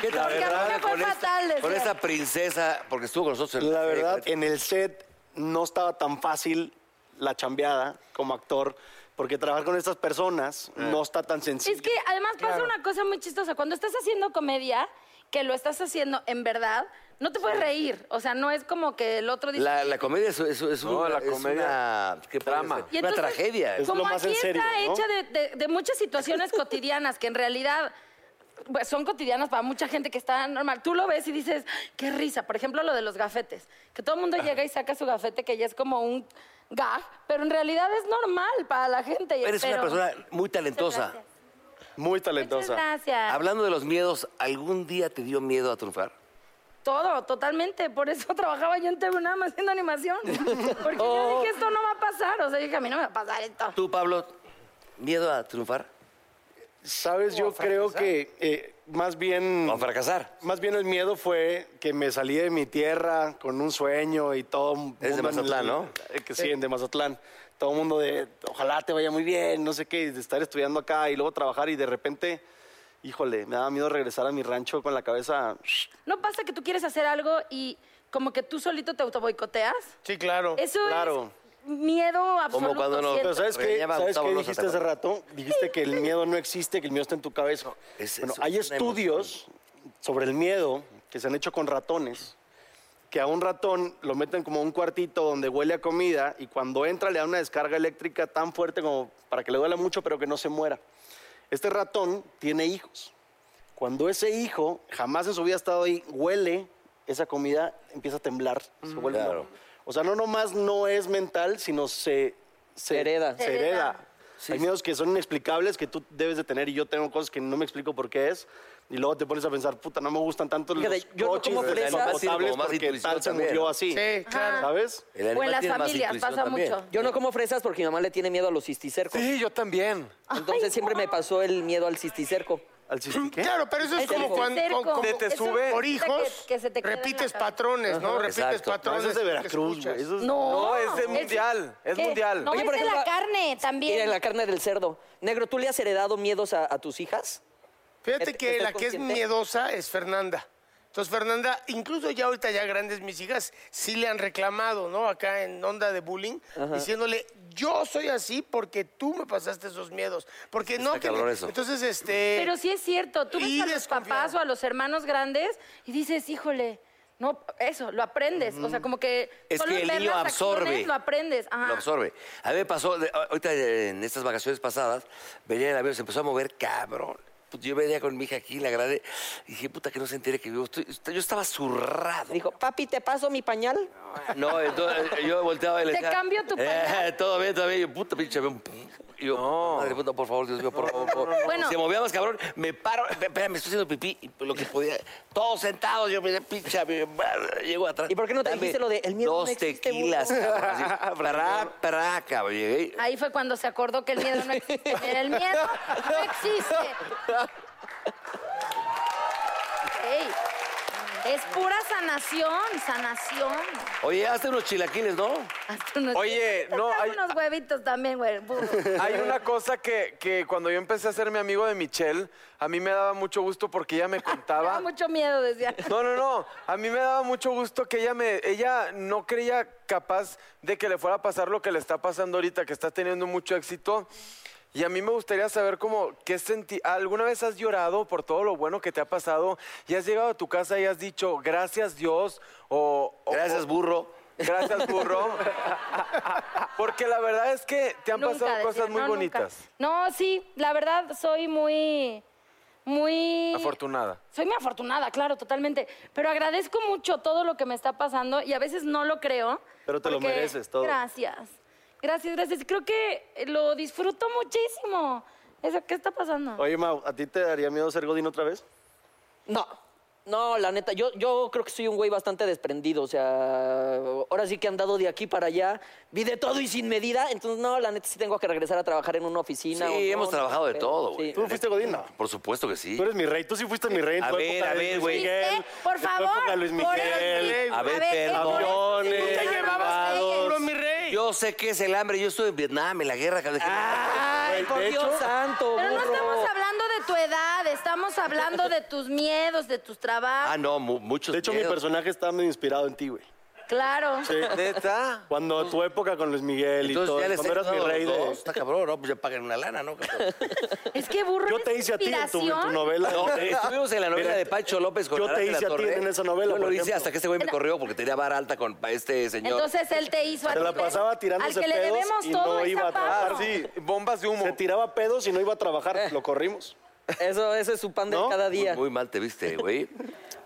S2: ¿Qué tal se
S8: Porque a mí me
S2: trabaja
S8: fue
S2: con
S8: fatal,
S2: esta,
S8: decía.
S2: con esta princesa? Porque estuvo con nosotros en
S7: La
S2: la
S7: verdad, en el set no estaba tan fácil la chambeada como actor, porque trabajar con estas personas
S2: Ah.
S7: no está tan sencillo.
S8: Es que además pasa una cosa muy chistosa. Cuando estás haciendo comedia, que lo estás haciendo en verdad, no te puedes reír. O sea, no es como que el otro dice...
S2: La, la comedia es, es- es
S6: No,
S2: una,
S6: la
S2: es
S6: comedia-
S2: una- ¿qué
S6: Drama.
S2: puede ser?
S8: Y
S2: Una
S8: entonces,
S2: tragedia.
S7: Es lo
S8: Como
S7: más
S8: aquí
S7: en serio,
S8: está
S7: ¿no?
S8: hecha de, de- de muchas situaciones cotidianas que en realidad pues, son cotidianas para mucha gente que está normal. Tú lo ves y dices, qué risa. Por ejemplo, lo de los gafetes. Que todo el mundo llega y saca su gafete, que ya es como un gag, pero en realidad es normal para la gente.
S2: Eres una
S8: Pero-
S2: persona muy talentosa.
S8: Muchas gracias.
S7: Muy
S8: Muchas
S7: talentosa.
S8: gracias.
S2: Hablando de los miedos, ¿algún día te dio miedo a triunfar?
S8: Todo, totalmente. Por eso trabajaba yo en TV nada más haciendo animación. Porque yo dije, esto no va a pasar. O sea, dije, a mí no me va a pasar esto.
S2: Oh. ¿Tú, Pablo, miedo a triunfar?
S7: Sabes, yo creo que eh, más bien...
S2: ¿O a fracasar?
S7: Más bien el miedo fue que me salí de mi tierra con un sueño y todo.
S2: Eres de
S7: mundo en-
S2: Mazatlán, ¿no?
S7: Eh, que sí, de Mazatlán. Todo el mundo de, ojalá te vaya muy bien, no sé qué, y de estar estudiando acá y luego trabajar y de repente, híjole, me daba miedo regresar a mi rancho con la cabeza.
S8: ¿No pasa que tú quieres hacer algo y como que tú solito te autoboicoteas?
S4: Sí, claro.
S8: Eso
S7: Claro.
S8: es miedo absoluto.
S2: cuando no-
S8: siento.
S7: Pero ¿sabes qué?
S2: Regañaba a
S7: ¿Sabes
S2: Gustavo
S7: qué
S2: Loza,
S7: dijiste
S2: ¿te
S7: hace
S2: acuerdas?
S7: rato? Dijiste que el miedo no existe, que el miedo está en tu cabeza.
S2: es-
S7: bueno,
S2: es
S7: hay
S2: una
S7: estudios sobre el miedo que se han hecho con ratones, que a un ratón lo meten como a un cuartito donde huele a comida y cuando entra le da una descarga eléctrica tan fuerte como para que le duela mucho pero que no se muera. Este ratón tiene hijos. Cuando ese hijo jamás en su vida ha estado ahí, huele esa comida, empieza a temblar, se vuelve
S2: Claro.
S7: loco. O sea, no nomás no es mental, sino se, se
S1: Hereda.
S7: Se hereda. Hay miedos que son inexplicables que tú debes de tener y yo tengo cosas que no me explico por qué es. Y luego te pones a pensar, puta, no me gustan tanto los
S1: Fíjate, yo no
S7: coches
S1: como
S7: los
S1: fresas.
S7: potables
S2: Como más
S7: porque
S2: intuición
S7: tal se
S2: también,
S7: murió
S2: ¿no?
S7: así.
S4: Sí, claro.
S7: ¿sabes?
S2: El
S8: O
S2: animal
S8: en las
S2: tiene más
S8: familias
S2: intuición
S8: pasa
S2: también.
S8: mucho.
S1: Yo no como fresas porque mi mamá le tiene miedo a los cisticercos.
S6: Sí, yo también.
S1: Entonces siempre me pasó el miedo al cisticerco.
S7: Al chiste, ¿qué?
S4: Claro, pero eso es
S8: Es
S4: como
S8: el
S4: cuando
S8: cerco.
S4: como-
S6: Te- te
S4: eso-
S6: sube.
S4: por hijos,
S8: Que- que se te queda en la
S4: repites
S8: cabeza.
S4: patrones, ¿no? Repites
S2: exacto.
S7: No,
S4: patrones.
S7: eso es de
S4: que
S7: Veracruz,
S4: escuchas.
S7: güey. Eso es-
S8: No,
S6: No, es de
S8: de
S6: mundial, es mundial.
S8: No,
S6: Oye,
S8: es de la carne también.
S1: Mira, la carne del cerdo. Negro, ¿tú le has heredado miedos a, a tus hijas?
S4: Fíjate
S1: ¿Est-
S4: que
S1: estás
S4: la que es
S1: consciente?
S4: miedosa es Fernanda. Entonces, Fernanda, incluso ya ahorita ya grandes mis hijas, sí le han reclamado, ¿no? Acá en onda de bullying, diciéndole, yo soy así porque tú me pasaste esos miedos. Porque no, que
S2: cabrón
S4: le-
S2: eso.
S4: entonces, este...
S8: Pero sí es cierto, tú
S4: Y
S8: ves a los
S4: desconfiado.
S8: papás o a los hermanos grandes y dices, híjole, no, eso, lo aprendes.
S3: Mm.
S8: O sea, como que.
S2: Es
S8: solo
S2: que el
S8: ver
S2: niño
S8: las acciones
S2: absorbe.
S8: lo aprendes. Ajá.
S2: Lo absorbe. A mí me pasó, de- a- ahorita eh, en estas vacaciones pasadas, venía el avión, se empezó a mover cabrón. pues, yo venía con mi hija aquí, la grande, y dije, puta, que no se entere que vivo. Estoy- estoy- yo estaba zurrado.
S1: Dijo, papi, ¿te paso mi pañal?
S2: No, entonces eh, yo volteaba y le
S9: Te cambio tu pañal.
S2: Eh, todo bien, todo bien. Yo, puta, pinche, ve un... Y yo, madre puta, por favor, Dios mío, por favor. por favor.
S9: Bueno.
S2: Se movía más cabrón, me paro, espera, me estoy haciendo pipí, y lo que podía, todos sentados, yo me pinche, mi madre, llego atrás.
S1: ¿Y por qué no te
S2: Dame
S1: dijiste lo de, "El miedo no
S2: Dos
S1: existe, Ah,
S2: tequilas,
S1: burro"?
S2: cabrón, así, pará, pará, cabrón, llegué.
S9: Ahí fue cuando se acordó que el miedo no existe. El miedo no existe. Ey, es pura sanación, sanación.
S2: Oye, hazte unos chilaquiles, ¿no?
S1: Oh,
S9: Hazte unos-
S3: Oye, no,
S9: Hazte
S3: hay-
S9: unos huevitos también, güey. burro.
S3: Hay una cosa que, que cuando yo empecé a ser mi amigo de Michelle, a mí me daba mucho gusto porque ella me
S9: Me da
S3: contaba.
S9: mucho miedo, decía.
S3: No, no, no. A mí me daba mucho gusto que ella me, ella no creía capaz de que le fuera a pasar lo que le está pasando ahorita, que está teniendo mucho éxito. Y a mí me gustaría saber cómo, qué sentí. ¿Alguna vez has llorado por todo lo bueno que te ha pasado y has llegado a tu casa y has dicho gracias Dios o,
S1: oh.
S3: o-
S2: Gracias, burro.
S3: gracias burro? Porque la verdad es que te han
S9: Nunca,
S3: pasado
S9: decía,
S3: cosas muy
S9: no, nunca.
S3: bonitas.
S9: No, sí, la verdad soy muy, muy...
S3: Afortunada.
S9: Soy muy afortunada, claro, totalmente. Pero agradezco mucho todo lo que me está pasando y a veces no lo creo.
S7: Pero te lo
S9: porque-
S7: mereces todo.
S9: Gracias. Gracias, gracias. Y Creo que eh, lo disfruto muchísimo. Eso, ¿Qué está pasando?
S7: Oye, Mau, ¿a ti te daría miedo ser Godín otra vez?
S1: No. No, la neta, yo, yo creo que soy un güey bastante desprendido, o sea, ahora sí que he andado de aquí para allá, vi de todo y sin medida, entonces no, la neta sí tengo que regresar a trabajar en una oficina.
S2: Sí,
S1: o no,
S2: hemos
S1: no,
S2: trabajado de
S1: pero-
S2: todo, güey.
S7: ¿Tú fuiste Godín? No.
S2: Por supuesto que sí.
S7: Tú eres mi rey, tú sí fuiste mi rey. en
S2: A
S7: tu
S2: ver,
S7: época
S2: a
S7: de
S2: ver,
S7: Luis
S2: güey.
S7: Miguel,
S9: ¿Viste? Por
S7: en tu época
S9: favor,
S7: de Luis
S9: por el-
S7: Miguel.
S2: A ver,
S9: ¿qué
S2: perdón.
S9: pones?
S7: Aviones,
S9: Nunca llevabas
S7: privados.
S8: Pues
S9: leyes.
S4: mi rey.
S2: Yo sé qué es el hambre, yo estuve en Vietnam, en la guerra. cabrón.
S1: Ay,
S9: Ah.
S7: Güey,
S1: por
S7: de
S1: Dios
S7: hecho-
S1: santo,
S9: Pero no
S1: burro.
S9: estamos hablando de tu edad, estamos hablando de tus miedos, de tus
S2: Ah,
S9: trabajos.
S2: no, mu- muchos
S7: De hecho, mi
S2: miedos.
S7: personaje está medio inspirado en ti, güey.
S9: Claro.
S7: Sí.
S3: ¿Neta?
S7: Cuando tu época con Luis Miguel y
S2: Entonces
S7: todo,
S2: ya les
S7: cuando eras mi rey de...
S2: Está cabrón, ¿no? Pues ya paguen una lana, ¿no? cabrón?
S9: Es que burro.
S7: Yo
S9: es
S7: te hice a ti en tu, en tu
S9: inspiración.
S7: novela.
S2: No, eh, estuvimos en la novela
S7: Mira,
S2: de Pacho López con
S7: Yo
S2: Arad
S7: te
S2: de la
S7: hice a ti
S2: Torre.
S7: en esa novela,
S2: Yo lo
S7: por
S2: hice
S7: ejemplo.
S2: hasta que este güey me corrió porque tenía vara alta con pa- este señor.
S9: Entonces él te hizo a
S7: Se
S9: ti,
S7: la
S9: pero
S7: pasaba tirándose
S9: Al que le
S7: pedos
S9: debemos
S7: y
S9: todo
S7: no
S9: es
S7: iba a
S9: a Pablo.
S7: trabajar.
S3: Ah, sí, bombas de humo.
S7: Se tiraba pedos y no iba a
S2: Eh.
S7: trabajar, lo corrimos.
S1: Eso, eso es su pan de
S7: ¿No?
S1: cada día.
S2: Muy, muy mal te viste, güey.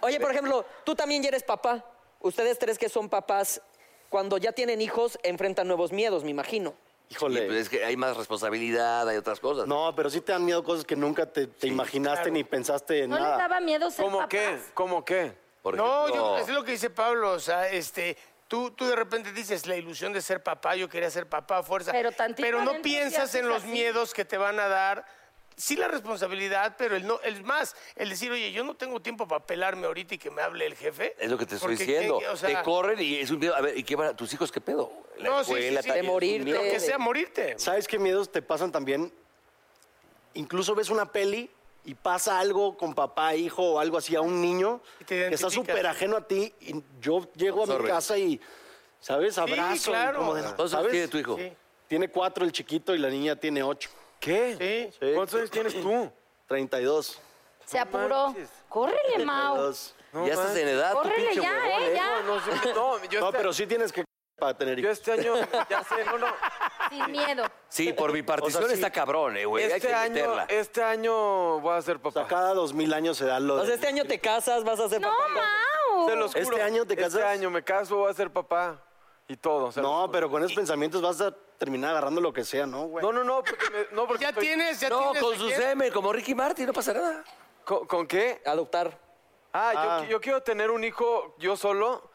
S1: Oye, por ejemplo, tú también ya eres papá. Ustedes tres que son papás, cuando ya tienen hijos, enfrentan nuevos miedos, me imagino.
S2: Y, pues,
S7: Híjole.
S2: es que hay más responsabilidad, hay otras cosas.
S7: No, pero sí te dan miedo cosas que nunca te, te imaginaste ni pensaste en
S9: No les
S7: nada.
S9: daba miedo ser
S3: ¿Cómo
S9: papás.
S3: qué? ¿Cómo qué?
S2: Por
S4: No,
S2: ejemplo,
S4: yo, es lo que dice Pablo, o sea, este, tú, tú de repente dices la ilusión de ser papá, yo quería ser papá a fuerza,
S9: Pero tantito
S4: pero no
S9: adentro
S4: piensas
S9: sí haces
S4: en los
S9: así.
S4: miedos que te van a dar. Sí la responsabilidad, pero el no, el más, el decir, oye, yo no tengo tiempo para pelarme ahorita y que me hable el jefe.
S2: es lo que te estoy
S4: porque
S2: diciendo.
S4: qué- o sea,
S2: te corren y es un miedo. A ver, ¿y qué van a tus hijos qué pedo? La
S4: no, sí, sí,
S2: escuela,
S4: sí,
S2: tal-
S4: sí,
S2: es un
S1: morirte.
S2: miedo.
S4: Lo que sea, morirte.
S7: ¿Sabes qué miedos te pasan también? Incluso ves una peli y pasa algo con papá, hijo o algo así a un niño
S4: Y te
S7: que está
S4: identificas.
S7: súper ajeno a ti y yo llego a mi
S2: Absorbes.
S7: casa y, ¿sabes? Abrazo. y
S4: claro.
S7: como de-
S2: Entonces,
S7: ¿sabes?
S2: ¿tiene tu hijo?
S4: Sí.
S7: Tiene cuatro el chiquito y la niña tiene ocho.
S3: ¿Qué?
S4: Sí.
S7: Sí.
S3: ¿Cuántos años tienes tú?
S7: 32.
S9: Se apuró. Córrele, Mau.
S7: 32.
S2: ya estás en edad, tu
S9: Córrele
S2: pinche
S9: ya,
S2: huevón,
S9: ¿eh? Ya.
S3: No, sí, no, yo,
S7: No,
S3: este,
S7: pero sí tienes que para tener
S3: yo
S7: hijos.
S3: este año, ya sé, no, no.
S9: Sin miedo.
S2: Sí, por mi partición
S3: O sea, sí.
S2: está cabrón, eh,
S7: Pues,
S2: güey. hay
S3: Este
S2: que
S3: año,
S2: meterla.
S3: este año voy a ser
S7: O sea,
S3: papá.
S7: cada dos mil años se da lo
S1: O sea,
S7: de-
S1: este año te casas, vas a ser
S9: No,
S1: papá.
S9: Mau.
S3: Se los juro.
S7: ¿Este año te
S3: Este
S7: casas?
S3: año me caso, voy a ser papá y todo. se los
S7: No,
S3: juro.
S7: pero con esos pensamientos vas a terminar agarrando lo que sea, ¿no, güey?
S3: No, no, no, porque me- no, porque
S4: Ya
S3: estoy-
S4: tienes, ya
S2: No,
S4: tienes.
S2: con
S4: ¿a
S2: su
S4: quién?
S2: semen, como Ricky Martin, no pasa nada.
S3: ¿Con, con qué?
S1: Adoptar.
S3: Ah, yo
S7: Ah.
S3: qui- Yo, quiero tener un hijo yo solo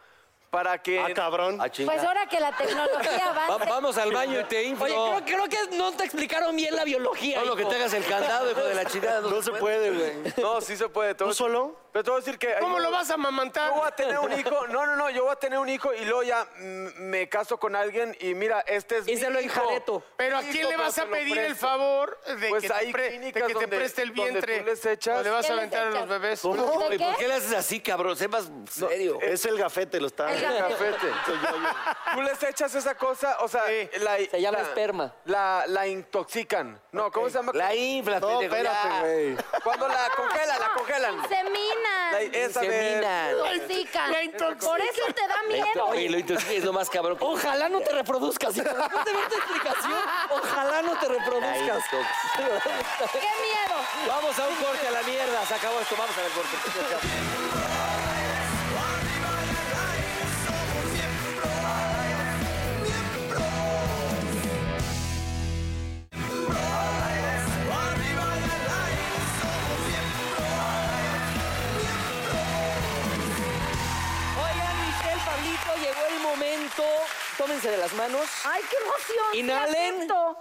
S3: para que...
S7: Ah, cabrón.
S2: Ah, chinga.
S9: Pues ahora que la tecnología
S2: Va-
S9: avance.
S2: vamos al baño y te inflo.
S1: Oye, creo, creo que no te explicaron bien la biología.
S2: Todo lo que
S1: hijo.
S2: te hagas el candado, hijo de la chingada.
S7: No se puede, güey.
S3: No, sí se puede. te
S7: ¿Tú
S3: voy-
S7: solo?
S3: Pero te voy a decir que...
S4: ¿Cómo
S3: Ay,
S4: lo
S3: no,
S4: vas a
S3: Yo voy a
S4: amamantar?
S3: tener un hijo, no, no, no, yo voy a tener un hijo y luego ya mm, me caso con alguien y mira, este es
S1: Y
S3: mi
S1: se lo
S3: hijo.
S1: enjareto.
S4: Pero ¿a
S3: Hijo,
S4: quién le vas
S3: se
S4: a
S3: lo
S4: pedir el
S3: presto.
S4: favor de
S3: Pues
S4: que, te,
S3: hay
S4: pre- de
S3: clínicas
S4: que te
S3: donde-
S4: preste el
S3: donde tú
S4: vientre?
S3: les echas-
S4: ¿O le vas
S9: ¿Qué
S4: a
S9: les
S4: aventar a los
S9: echas?
S4: bebés?
S9: ¿De
S2: ¿Y
S9: qué?
S2: por qué le haces así, cabrón? Sé más serio.
S7: Es el gafete, lo está.
S9: El
S6: Cafete. Tú les echas esa cosa, o sea, la,
S1: Se llama
S6: la-
S1: esperma.
S6: La, la intoxican. No, ¿cómo se llama?
S2: La infla,
S7: No,
S2: pendejo, ya.
S7: espérate, güey.
S6: Cuando la congelan, la congelan. La-
S8: Inseminan.
S6: esa de...
S2: Inseminan.
S8: Intoxican. Por eso te da miedo.
S2: Oye, lo intoxican es lo más cabrón. que-
S1: Ojalá no te reproduzcas. hijo. Después de ver tu explicación, ojalá no te
S2: La
S1: reproduzcas.
S2: intoxican.
S8: ¡Qué miedo!
S1: Vamos a un corte a la mierda. Se acabó esto. Vamos a ver corte. Oigan, Michelle, Pablito, llegó el momento. Tómense de las manos.
S8: ¡Ay, qué emoción! sí
S1: Inhalen.
S8: acepto.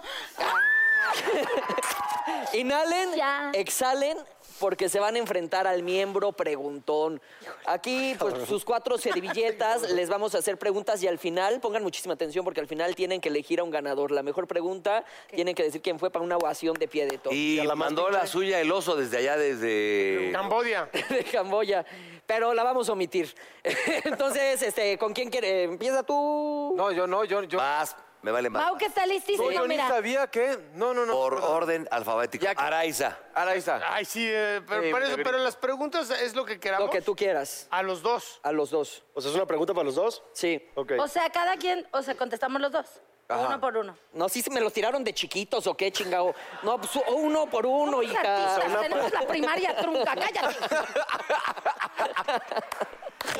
S1: Inhalen,
S8: Ya.
S1: exhalen, porque se van a enfrentar al miembro preguntón. Aquí, pues, sus cuatro servilletas, les vamos a hacer preguntas y al final, pongan muchísima atención, porque al final tienen que elegir a un ganador. La mejor pregunta, tienen que decir quién fue para una ovación de pie de todo.
S2: Y la mandó la suya el oso desde allá, desde...
S4: Cambodia.
S1: de Camboya, pero la vamos a omitir. Entonces, este, ¿con quién quiere? Empieza tú.
S6: No, yo no, yo... yo...
S1: Ah.
S2: Más, me vale más.
S8: Mau, que está listísimo,
S6: yo ni
S8: mira.
S6: sabía que... No, no, no.
S2: Por orden alfabético.
S6: Ya que-
S2: Araiza.
S6: Ahora está.
S4: Ay, sí, eh, pero,
S6: Sí,
S4: pero eso-
S6: negrito.
S4: pero las preguntas es lo que queramos.
S1: Lo que tú quieras,
S4: A los dos.
S1: a los dos.
S7: O sea, ¿es una pregunta para los dos?
S1: Sí.
S7: Ok.
S8: O sea, cada quien, o sea, contestamos los dos. Uno por uno.
S1: No, si me los tiraron de chiquitos o qué chingado. No, pues uno por uno,
S8: Somos
S1: hija.
S8: artistas, tenemos la primaria trunca, cállate.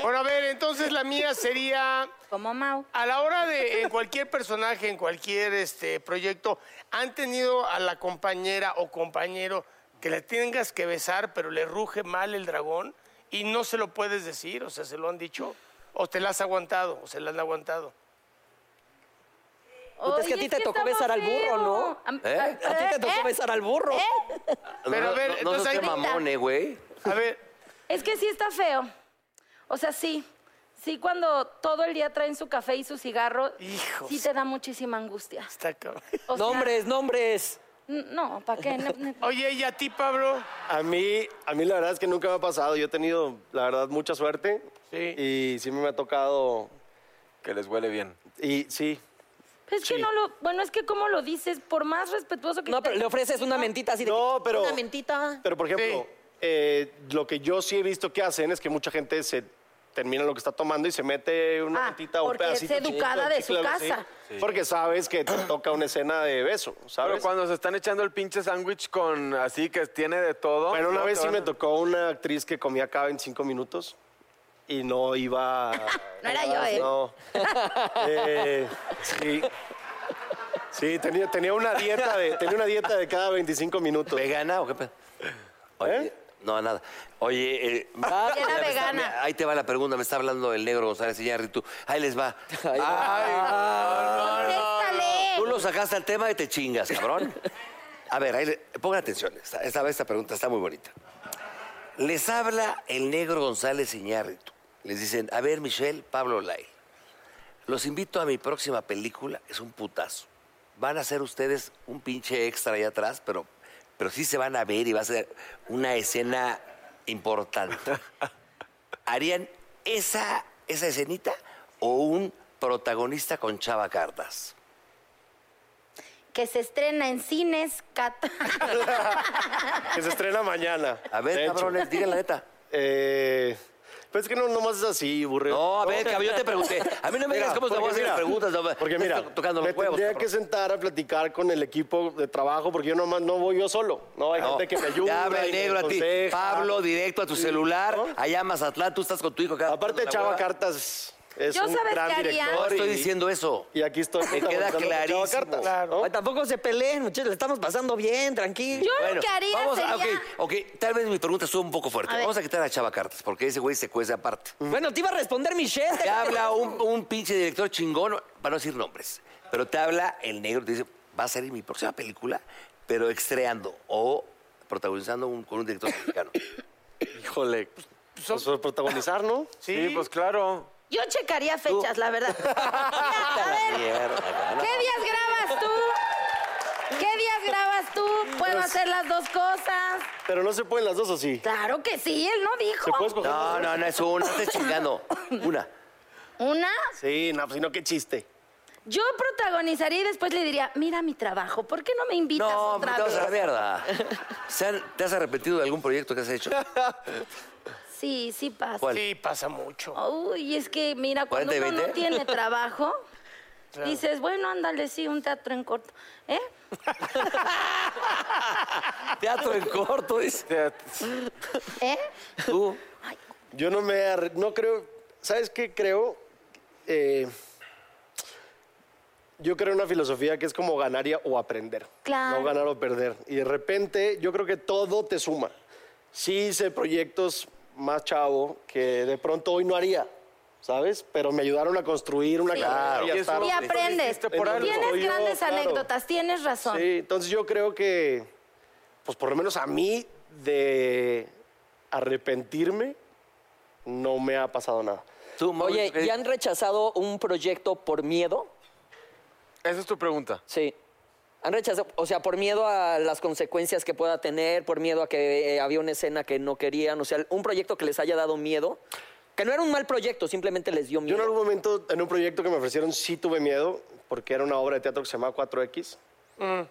S4: Bueno, a ver, entonces la mía sería...
S8: Como Mau.
S4: A la hora de, en cualquier personaje, en cualquier este, proyecto, ¿han tenido a la compañera o compañero que le tengas que besar, pero le ruge mal el dragón y no se lo puedes decir? O sea, ¿se lo han dicho? ¿O te la has aguantado? ¿O se la han aguantado?
S1: Puta, es que a
S8: Oye,
S1: ti te tocó
S8: estamos
S1: besar al burro, ¿no?
S8: Am-
S2: ¿Eh?
S8: ah,
S1: A ti te tocó
S8: ¿eh?
S1: besar al burro.
S8: ¿Eh?
S4: Pero a ver,
S2: no, no
S4: entonces
S2: seas
S4: ahí-
S2: mamón, eh, güey.
S4: A ver,
S8: Es que sí está feo. O sea, sí. Sí, cuando todo el día traen su café y su cigarro, sí te da muchísima angustia.
S4: está cabrón.
S8: O sea,
S1: Nombres, nombres.
S8: n- No, ¿para qué? No, no.
S4: Oye, ¿y a ti, Pablo?
S7: A mí, a mí la verdad es que nunca me ha pasado. Yo he tenido, la verdad, mucha suerte.
S4: Sí.
S7: Y sí me ha tocado.
S6: Que les huele bien.
S7: Y sí.
S8: Pues Es que no lo. Bueno, es que como lo dices, por más respetuoso que.
S1: No, pero
S8: te-
S1: le ofreces una mentita así de.
S7: No, pero.
S1: Una mentita.
S7: Pero, por ejemplo, eh, lo que yo sí he visto que hacen es que mucha gente se termina lo que está tomando y se mete una
S8: Ah,
S7: mentita o un
S8: porque es
S7: pedacito chiquito
S8: educada de su
S7: chicle, algo así,
S8: casa.
S7: Porque sabes que te toca una escena de beso,
S6: Pero
S7: ¿sabes?
S6: cuando se están echando el pinche sándwich con así que tiene de todo.
S7: Bueno, una
S6: no,
S7: vez
S6: te
S7: sí
S6: van a-
S7: me tocó una actriz que comía cada 25 minutos y no iba...
S8: No era yo, ¿eh?
S7: No. Eh, sí. Sí, tenía, tenía, una dieta de, tenía una dieta de cada 25 minutos.
S2: ¿Vegana o qué pedo? Oye,
S7: ¿Eh?
S2: No, nada. Oye, eh,
S8: Y era
S2: me está-
S8: vegana.
S2: me- ahí te va la pregunta, me está hablando el negro González Iñárritu. Ahí les va.
S8: Contéstale.
S2: Tú lo sacaste al tema y te chingas, cabrón. A ver, ahí le- pongan atención. Esta, esta, esta pregunta está muy bonita. Les habla el negro González Iñárritu. Les dicen, a ver, Michelle, Pablo Lai, los invito a mi próxima película. Es un putazo. Van a ser ustedes un pinche extra allá atrás, pero, pero sí se van a ver y va a ser una escena importante. ¿Harían esa, esa escenita o un protagonista con Chava Cartas?
S8: Que se estrena en cines, Cata.
S7: Que se estrena mañana.
S2: A
S7: de
S2: ver,
S7: hecho.
S2: cabrones, digan la neta.
S7: Eh, pues es que no, nomás es así, burreo.
S2: No, a ver, cabrón, yo te pregunté. A mí no me digas cómo te voy a hacer las preguntas. no,
S7: Porque mira,
S2: estoy tocando
S7: me
S2: los huevos.
S7: tendría que
S2: cabrón.
S7: sentar a platicar con el equipo de trabajo porque yo nomás no voy yo solo. No, hay
S2: No.
S7: gente que me ayuda.
S2: Ya habla
S7: y
S2: el
S7: me
S2: negro a ti.
S7: aconseja.
S2: Pablo, directo a tu celular. Allá en Mazatlán, tú estás con tu hijo. acá.
S7: Aparte,
S2: La
S7: Chava
S2: hueva.
S7: Cartas es
S8: Yo
S7: un
S8: sabes
S7: gran
S8: qué haría.
S7: director.
S2: No estoy
S7: y-
S2: diciendo eso.
S7: Y aquí estoy.
S2: Me queda
S7: protagonizando Chava
S2: clarísimo.
S7: Cartas, ¿no?
S1: Ay, tampoco se peleen, muchachos. Le estamos pasando bien, tranquilo.
S8: Yo lo que haría
S2: vamos a-
S8: sería.
S2: ok, ok, tal vez mi pregunta estuvo un poco fuerte.
S8: A ver.
S2: vamos a quitar a Chava Cartas, porque ese güey se cuece aparte.
S1: Bueno, te iba a responder Michelle.
S2: Te habla un, un pinche director chingón, para no decir nombres, pero te habla el negro, te dice, va a salir mi próxima película, pero estreando o protagonizando un- con un director mexicano.
S7: Híjole. Pues, pues, protagonizar, ¿no?
S6: Sí, pues claro.
S8: Yo checaría fechas, la verdad. Mira, a ver,
S2: Mierda,
S8: ¿Qué días grabas tú? ¿Qué días grabas tú? Puedo
S7: Pues-
S8: hacer las dos cosas.
S7: Pero no se pueden las dos así.
S8: Claro que sí, él no dijo.
S7: Se puede escoger.
S2: No, no, no, es una, estás chingando. Una.
S4: ¿Una?
S7: Sí, no, pues, si no, qué chiste.
S4: Yo protagonizaría y después le diría, mira mi trabajo, ¿por qué no me invitas
S2: No, hombre,
S4: otra
S2: te vas a la
S4: vez?
S2: mierda. ¿Se han- ¿Te has arrepentido de algún proyecto que has hecho?
S4: Sí, sí pasa.
S2: ¿Cuál?
S10: Sí, pasa mucho.
S4: Uy, es que mira, cuando
S2: 40 y
S4: uno no
S2: 20.
S4: tiene trabajo, dices, bueno, ándale, sí, un teatro en corto. ¿Eh?
S2: Teatro en corto, dice.
S4: ¿Eh?
S2: Tú.
S7: Yo no me arre- no creo, ¿sabes qué creo? Eh, yo creo en una filosofía que es como ganar y- o aprender.
S4: Claro.
S7: No ganar o perder. Y de repente yo creo que todo te suma. Sí hice proyectos más chavo que de pronto hoy no haría, ¿sabes? Pero me ayudaron a construir una
S4: Sí.
S7: carrera y a
S3: Y eso
S7: estar-
S3: lo
S4: Y aprendes.
S3: hiciste por algo.
S4: Tienes
S7: Yo,
S4: grandes
S7: claro.
S4: anécdotas, tienes razón.
S7: Sí, entonces yo creo que, pues por lo menos a mí, de arrepentirme, no me ha pasado nada.
S2: Tú,
S1: Oye,
S2: Mauricio, ¿qué-
S1: ¿y han rechazado un proyecto por miedo?
S3: Esa es tu pregunta.
S1: Sí. Han rechazado, o sea, por miedo a las consecuencias que pueda tener, por miedo a que eh, había una escena que no querían, o sea, un proyecto que les haya dado miedo, que no era un mal proyecto, simplemente les dio
S7: Yo
S1: miedo.
S7: en algún momento, en un proyecto que me ofrecieron, sí tuve miedo, porque era una obra de teatro que se llamaba 4X,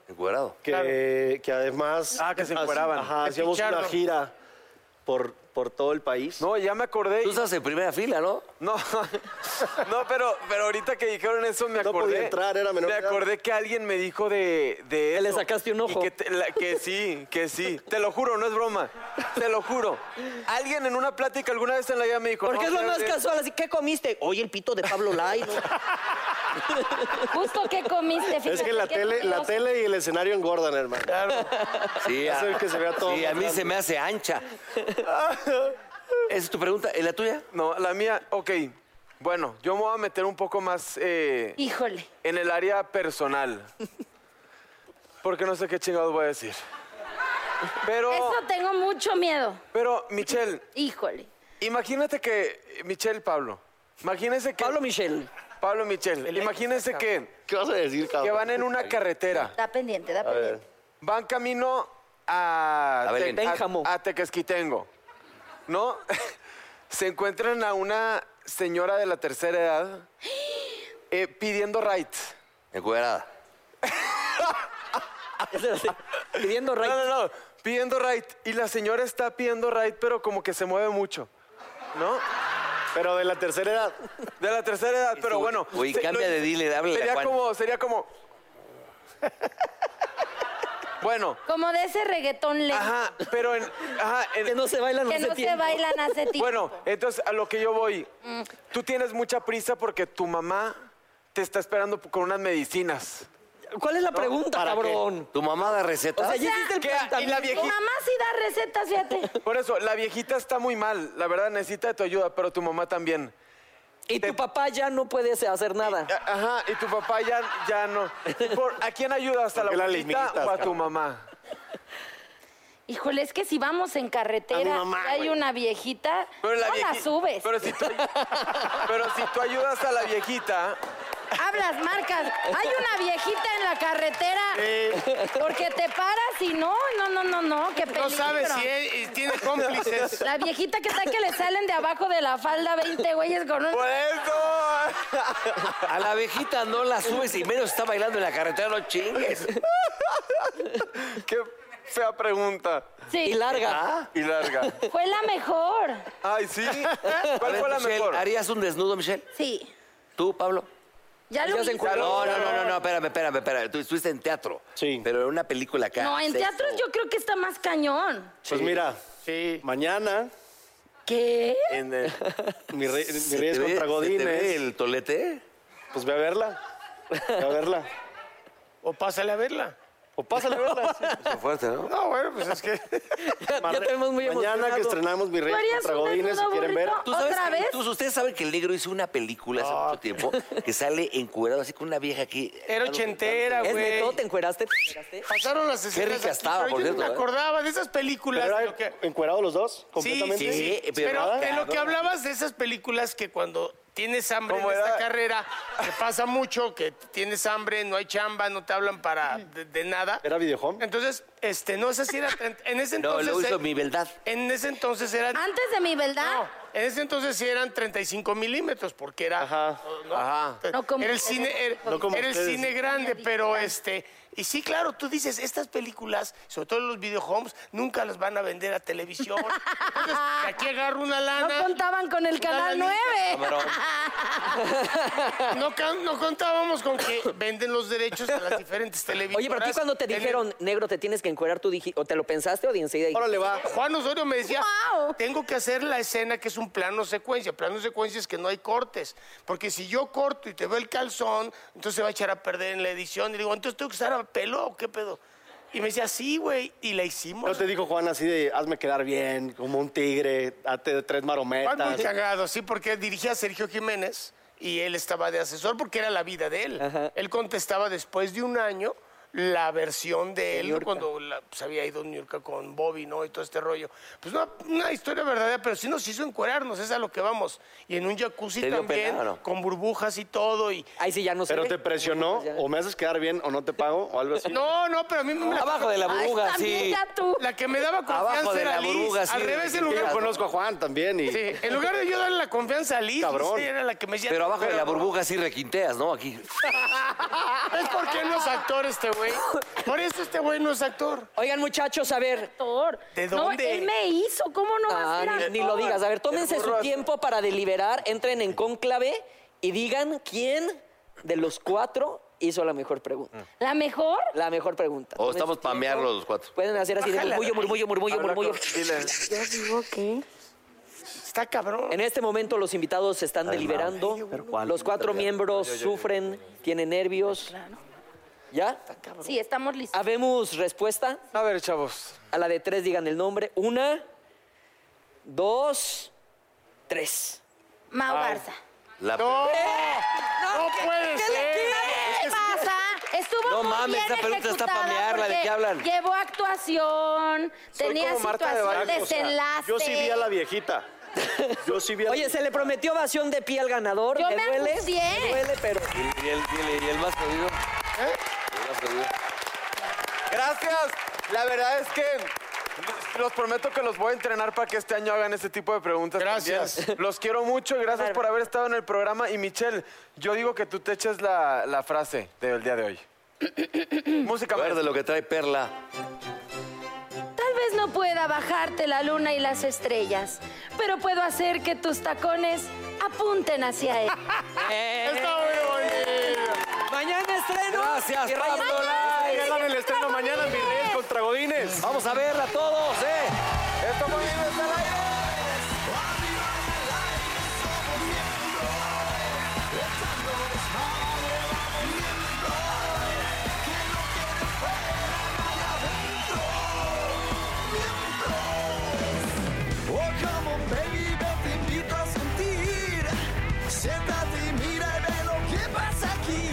S2: Encuerado.
S7: que, que además...
S3: Ah, que se
S7: hac-
S3: encueraban.
S7: Ajá,
S3: Te
S7: hacíamos una
S10: picharon.
S7: gira por, por todo el país.
S3: No, ya me acordé.
S2: Tú
S3: y-
S2: estás en primera fila, ¿no?
S3: No, no, pero, pero ahorita que dijeron eso me
S7: No
S3: acordé.
S7: podía entrar, era menor
S3: Me
S7: de edad.
S3: acordé que alguien me dijo de, de
S1: Que le
S3: eso.
S1: sacaste un ojo.
S3: Y que, te- la- que sí, que sí. Te lo juro, no es broma. Te lo juro. Alguien en una plática alguna vez en la vida me dijo...
S1: Porque
S3: "No,
S1: es lo
S3: ¿sabes
S1: más
S3: qué?
S1: casual, así, ¿qué comiste? Oye, el pito de Pablo Lai. ¿no?
S4: Justo que comiste, fíjate.
S7: es que la
S4: qué
S7: tele, la
S4: curioso.
S7: tele y el escenario engordan, hermano.
S2: Sí,
S7: Eso es que se vea todo
S2: Sí, a
S7: más
S2: mí
S7: grande.
S2: se me hace ancha. ¿Esa es tu pregunta? ¿Es la tuya?
S3: No, la mía, ok. Bueno, yo me voy a meter un poco más eh,
S4: Híjole.
S3: en el área personal. Porque no sé qué chingados voy a decir. Pero,
S4: Eso tengo mucho miedo.
S3: pero Michelle,
S4: Híjole.
S3: imagínate que... Michelle Pablo. Imagínense que...
S1: Pablo Michel.
S3: Pablo Michel, imagínense que,
S7: ¿Qué vas a decir, cabrón?
S3: que van en una carretera.
S4: Da pendiente, da pendiente.
S3: Van camino a,
S2: A Belén.
S3: Te-
S1: Pénjamo.
S3: a Tequesquitengo. ¿No? Se encuentran a una señora de la tercera edad eh, pidiendo right.
S2: Encuerada.
S1: Pidiendo rey.
S3: No, no, no. Pidiendo right. Y la señora está pidiendo right, pero como que se mueve mucho. ¿No?
S7: Pero de la tercera edad.
S3: De la tercera edad, pero
S2: tú,
S3: bueno.
S2: güey,
S3: se-
S2: cambia de dealer, háblale a
S3: Sería
S2: Juan.
S3: como, sería como. Bueno,
S4: Como de ese reggaetón lento.
S3: ajá, pero en. Ajá, en-
S1: Que no se bailan
S4: Que
S1: hace
S4: no se
S1: tiempo.
S4: bailan hace tiempo.
S3: Bueno, entonces a lo que yo voy,
S4: Mm.
S3: tú tienes mucha prisa porque tu mamá te está esperando con unas medicinas.
S1: ¿Cuál es la pregunta,
S7: ¿para qué?
S1: cabrón?
S2: ¿Tu mamá da
S1: O
S2: recetas?
S1: sea, ya hiciste el
S3: ¿Qué? Y la
S1: planteamiento.
S4: Tu
S3: viejita.
S4: mamá sí da recetas, fíjate.
S3: Por eso, la viejita está muy mal. La verdad, necesita de tu ayuda, pero tu mamá también.
S1: Y tu papá ya no puede hacer nada.
S3: A- Ajá, y tu papá ya, ya no. Por- ¿A quién ayudas? ¿A la
S7: ¿Por qué la
S3: viejita
S7: limitas,
S3: o a tu
S7: cabrón?
S3: mamá?
S4: Híjole, es que si vamos en
S7: A mi
S4: carretera
S7: mamá,
S4: y hay
S7: güey.
S4: una viejita, no
S3: vieji-
S4: la subes.
S3: Pero si, tú, pero si tú ayudas a la viejita,
S4: Hablas, marcas. Hay una viejita en la carretera. Porque te paras y no, no, no, no, no. Qué peligro.
S10: No sabes si es- y tiene cómplices.
S4: La viejita que está que le salen de abajo de la falda 20 güeyes con un...
S3: por eso.
S2: A la abejita no la subes y menos está bailando en la carretera, no chingues.
S3: Qué fea pregunta.
S4: Sí,
S1: Y larga.
S2: Ah,
S3: Y larga.
S4: fue la mejor.
S3: Ay, sí.
S2: A
S3: ¿Cuál
S2: ver,
S3: fue la
S2: Michelle,
S3: mejor?
S2: ¿Harías un desnudo, Michelle?
S4: Sí.
S2: ¿Tú, Pablo?
S4: Ya lo hice.
S2: No, no, no, no, no, espérame, espérame, espérame. Tú estuviste en teatro.
S7: Sí.
S2: Pero en una película acá.
S4: No, en
S2: sexo.
S4: teatros yo creo que está más cañón.
S7: Pues mira, mañana
S4: ¿Qué?
S7: en el- mi, rey, mi
S2: ¿Se
S7: rey es
S2: te ve-
S7: contra
S2: se te
S7: Godínez.
S2: ve el tolete? ¿eh?
S7: Pues ve a verla. Ve a verla.
S10: O pásale a verla.
S7: O pásale a verla. sí.
S2: Está fuerte, ¿no?
S10: No, bueno, pues es que.
S1: Ya te vemos muy
S7: Mañana
S1: emocionado.
S7: que estrenamos mi rey
S4: ¿Tú harías
S7: contra
S4: un
S7: Godínez, si
S4: desnudo
S7: quieren ver.
S4: burrito?
S2: ¿Tú sabes
S4: ¿Otra
S2: que-
S4: vez?
S2: tú- ustedes saben que el negro hizo una película
S7: Ah.
S2: hace mucho tiempo que sale encuerado así con una vieja aquí.
S10: Era ochentera,
S1: ¿Es
S10: güey.
S1: neto? ¿Te encueraste? ¿Te encueraste?
S10: Pasaron las escenas.
S2: rica
S10: aquí,
S2: estaba,
S10: pero
S2: por
S10: yo no
S2: cierto,
S10: me
S2: ¿eh?
S10: acordaba de esas películas.
S7: ¿Pero
S10: de
S7: eran
S10: lo que-
S7: encuerados los dos?
S10: Sí, sí,
S7: ¿Completamente?
S10: sí.
S2: Sí, pero
S10: Pero
S2: nada.
S10: de lo que hablabas de esas películas que cuando
S4: tienes hambre en
S6: ¿Cómo era?
S4: esta carrera, que pasa mucho, que tienes hambre, no hay chamba, no te hablan para de, de nada.
S7: ¿Era videohome?
S4: Entonces, este, no sé si era. En, en ese
S2: No,
S4: entonces.
S2: lo hizo
S4: eh,
S2: mi beldad.
S4: En ese entonces eran.
S8: Antes de mi verdad.
S4: No, en ese entonces sí eran 35 milímetros, porque era.
S7: Ajá.
S4: ¿no?
S8: No como
S4: era el cine, era,
S8: No
S7: como
S4: era el
S7: ustedes.
S4: cine grande, pero este. Y sí, claro, tú dices, estas películas, sobre todo los videohomes, nunca las van a vender a televisión. Entonces, de aquí agarro una
S8: No
S4: lana.
S8: contaban con el
S4: una
S8: canal
S4: lanita.
S8: 9.
S4: No, ca- no contábamos con que venden los derechos a las diferentes televisoras.
S1: Oye, pero a ti cuando te
S4: En el-
S1: dijeron, negro, te tienes que encuerar, tú dij- o te lo pensaste o de enseguida dijiste,
S7: Órale, va.
S4: Juan Osorio me decía,
S8: ¡Guau!
S4: tengo que hacer la escena que es un plano secuencia. Plano secuencia es que no hay cortes. Porque si yo corto y te veo el calzón, entonces se va a echar a perder en la edición. Y digo, entonces tengo que estar a pelo o qué pedo. Y me decía, sí, güey. Y la hicimos.
S7: ¿No te dijo Juan así de hazme quedar bien, como un tigre, date tres
S4: Juan muy
S7: marometas?
S4: cagado, sí, porque dirigía a Sergio Jiménez y él estaba de asesor porque era la vida de él. Él contestaba después de un año la versión de él, ¿no? cuando la- pues, había ido a New York con Bobby, ¿no? Y todo este rollo. Pues una, una historia verdadera, pero sí nos hizo encuerarnos, es a lo que vamos. Y en un jacuzzi
S2: ¿Te dio
S4: también,
S2: pena o no?
S4: con burbujas y todo. y
S1: ahí sí ya no sé.
S7: Pero te presionó, o me haces quedar bien o no te pago, o algo así.
S4: No, no, pero a mí me
S2: Abajo de la burbuja,
S8: también
S2: sí.
S8: ya tú.
S4: la que me daba confianza
S2: Abajo de
S4: era
S2: la
S4: Liz.
S2: burbuja, sí.
S4: Al revés, en
S7: Yo
S4: lugar,
S7: conozco a Juan también y...
S4: sí, en lugar de yo darle la confianza a Liz,
S7: Cabrón.
S4: sí, era la que me decía...
S2: Pero abajo de la
S4: no".
S2: burbuja sí requinteas, ¿no? Aquí.
S4: ¿Ves por qué no es actor este güey? Por eso este güey no es actor.
S1: Oigan, muchachos, a ver,
S8: Actor.
S4: ¿De
S8: No,
S4: dónde?
S8: él me hizo, ¿cómo no va a
S1: Ah,
S8: ser
S1: ni, ni
S8: actor?
S1: lo digas. A ver, tómense su tiempo para deliberar, entren en cónclave y digan quién de los cuatro hizo la mejor pregunta.
S8: ¿La mejor?
S1: La mejor pregunta.
S2: O
S1: Tómense
S2: estamos
S1: su
S4: Este,
S1: tiempo.
S2: pamearlos los cuatro.
S1: Pueden hacer así de murmullo, murmullo, murmullo, murmullo.
S8: Yo digo que...
S4: Está cabrón.
S1: En este momento los invitados están deliberando. Los cuatro miembros sufren, tienen nervios. ¿Ya?
S8: Sí, estamos listos.
S1: Habemos respuesta.
S6: A ver, chavos.
S1: A la de tres digan el nombre. Una, dos, tres.
S8: Mau Garza.
S2: La
S4: No,
S8: No,
S4: puede ser.
S8: ¿Qué pasa? Estuvo
S2: No
S8: muy
S2: mames,
S8: bien
S2: esa pregunta está
S8: ejecutada
S2: pa' mearla, ¿de
S8: porque
S2: qué hablan?
S8: Llevó actuación, tenía
S6: como Marta de
S8: situación
S6: baile, o sea,
S8: desenlace.
S7: Yo sí vi a la viejita. Yo sí vi a la
S1: Oye, se le prometió ovación de pie al ganador.
S8: Yo
S1: me,
S8: me
S1: duele,
S8: angustié.
S1: me duele, pero
S2: Y el, y el más jodido. El más jodido.
S6: Gracias. La verdad es que los prometo que los voy a entrenar para que este año hagan ese tipo de preguntas.
S4: Gracias.
S6: también. Los quiero mucho y gracias por haber estado en el programa. Y Michelle, yo digo que tú te eches la, la frase del día de hoy. Música.
S2: Recuerde lo que trae Perla.
S8: Tal vez no pueda bajarte la luna y las estrellas, pero puedo hacer que tus tacones apunten hacia él.
S4: Está muy bonito.
S1: mañana estreno.
S2: Gracias,
S1: Y Rayos
S2: Pablo.
S1: X.
S7: Ahí ganan el estreno mañana, mis reyes contra Godines.
S2: Vamos a verla todos, ¿eh?
S6: Esto fue Vives al Aire.
S11: Oh, come on, baby, yo te invito a sentir. Siéntate y mira y ve lo que pasa aquí.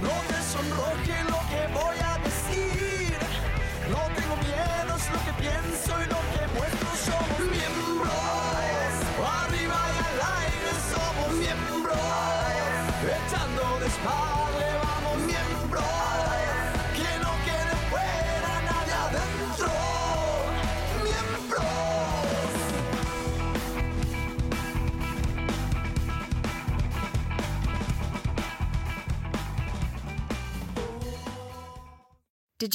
S11: No te sonroje lo que voy a decir. No tengo miedo, es lo que pienso y lo que muestro. Somos miembros. Arriba y al aire somos miembros. Echando desmadre vamos miembros. Que no quede fuera nadie adentro. Miembros.
S12: Did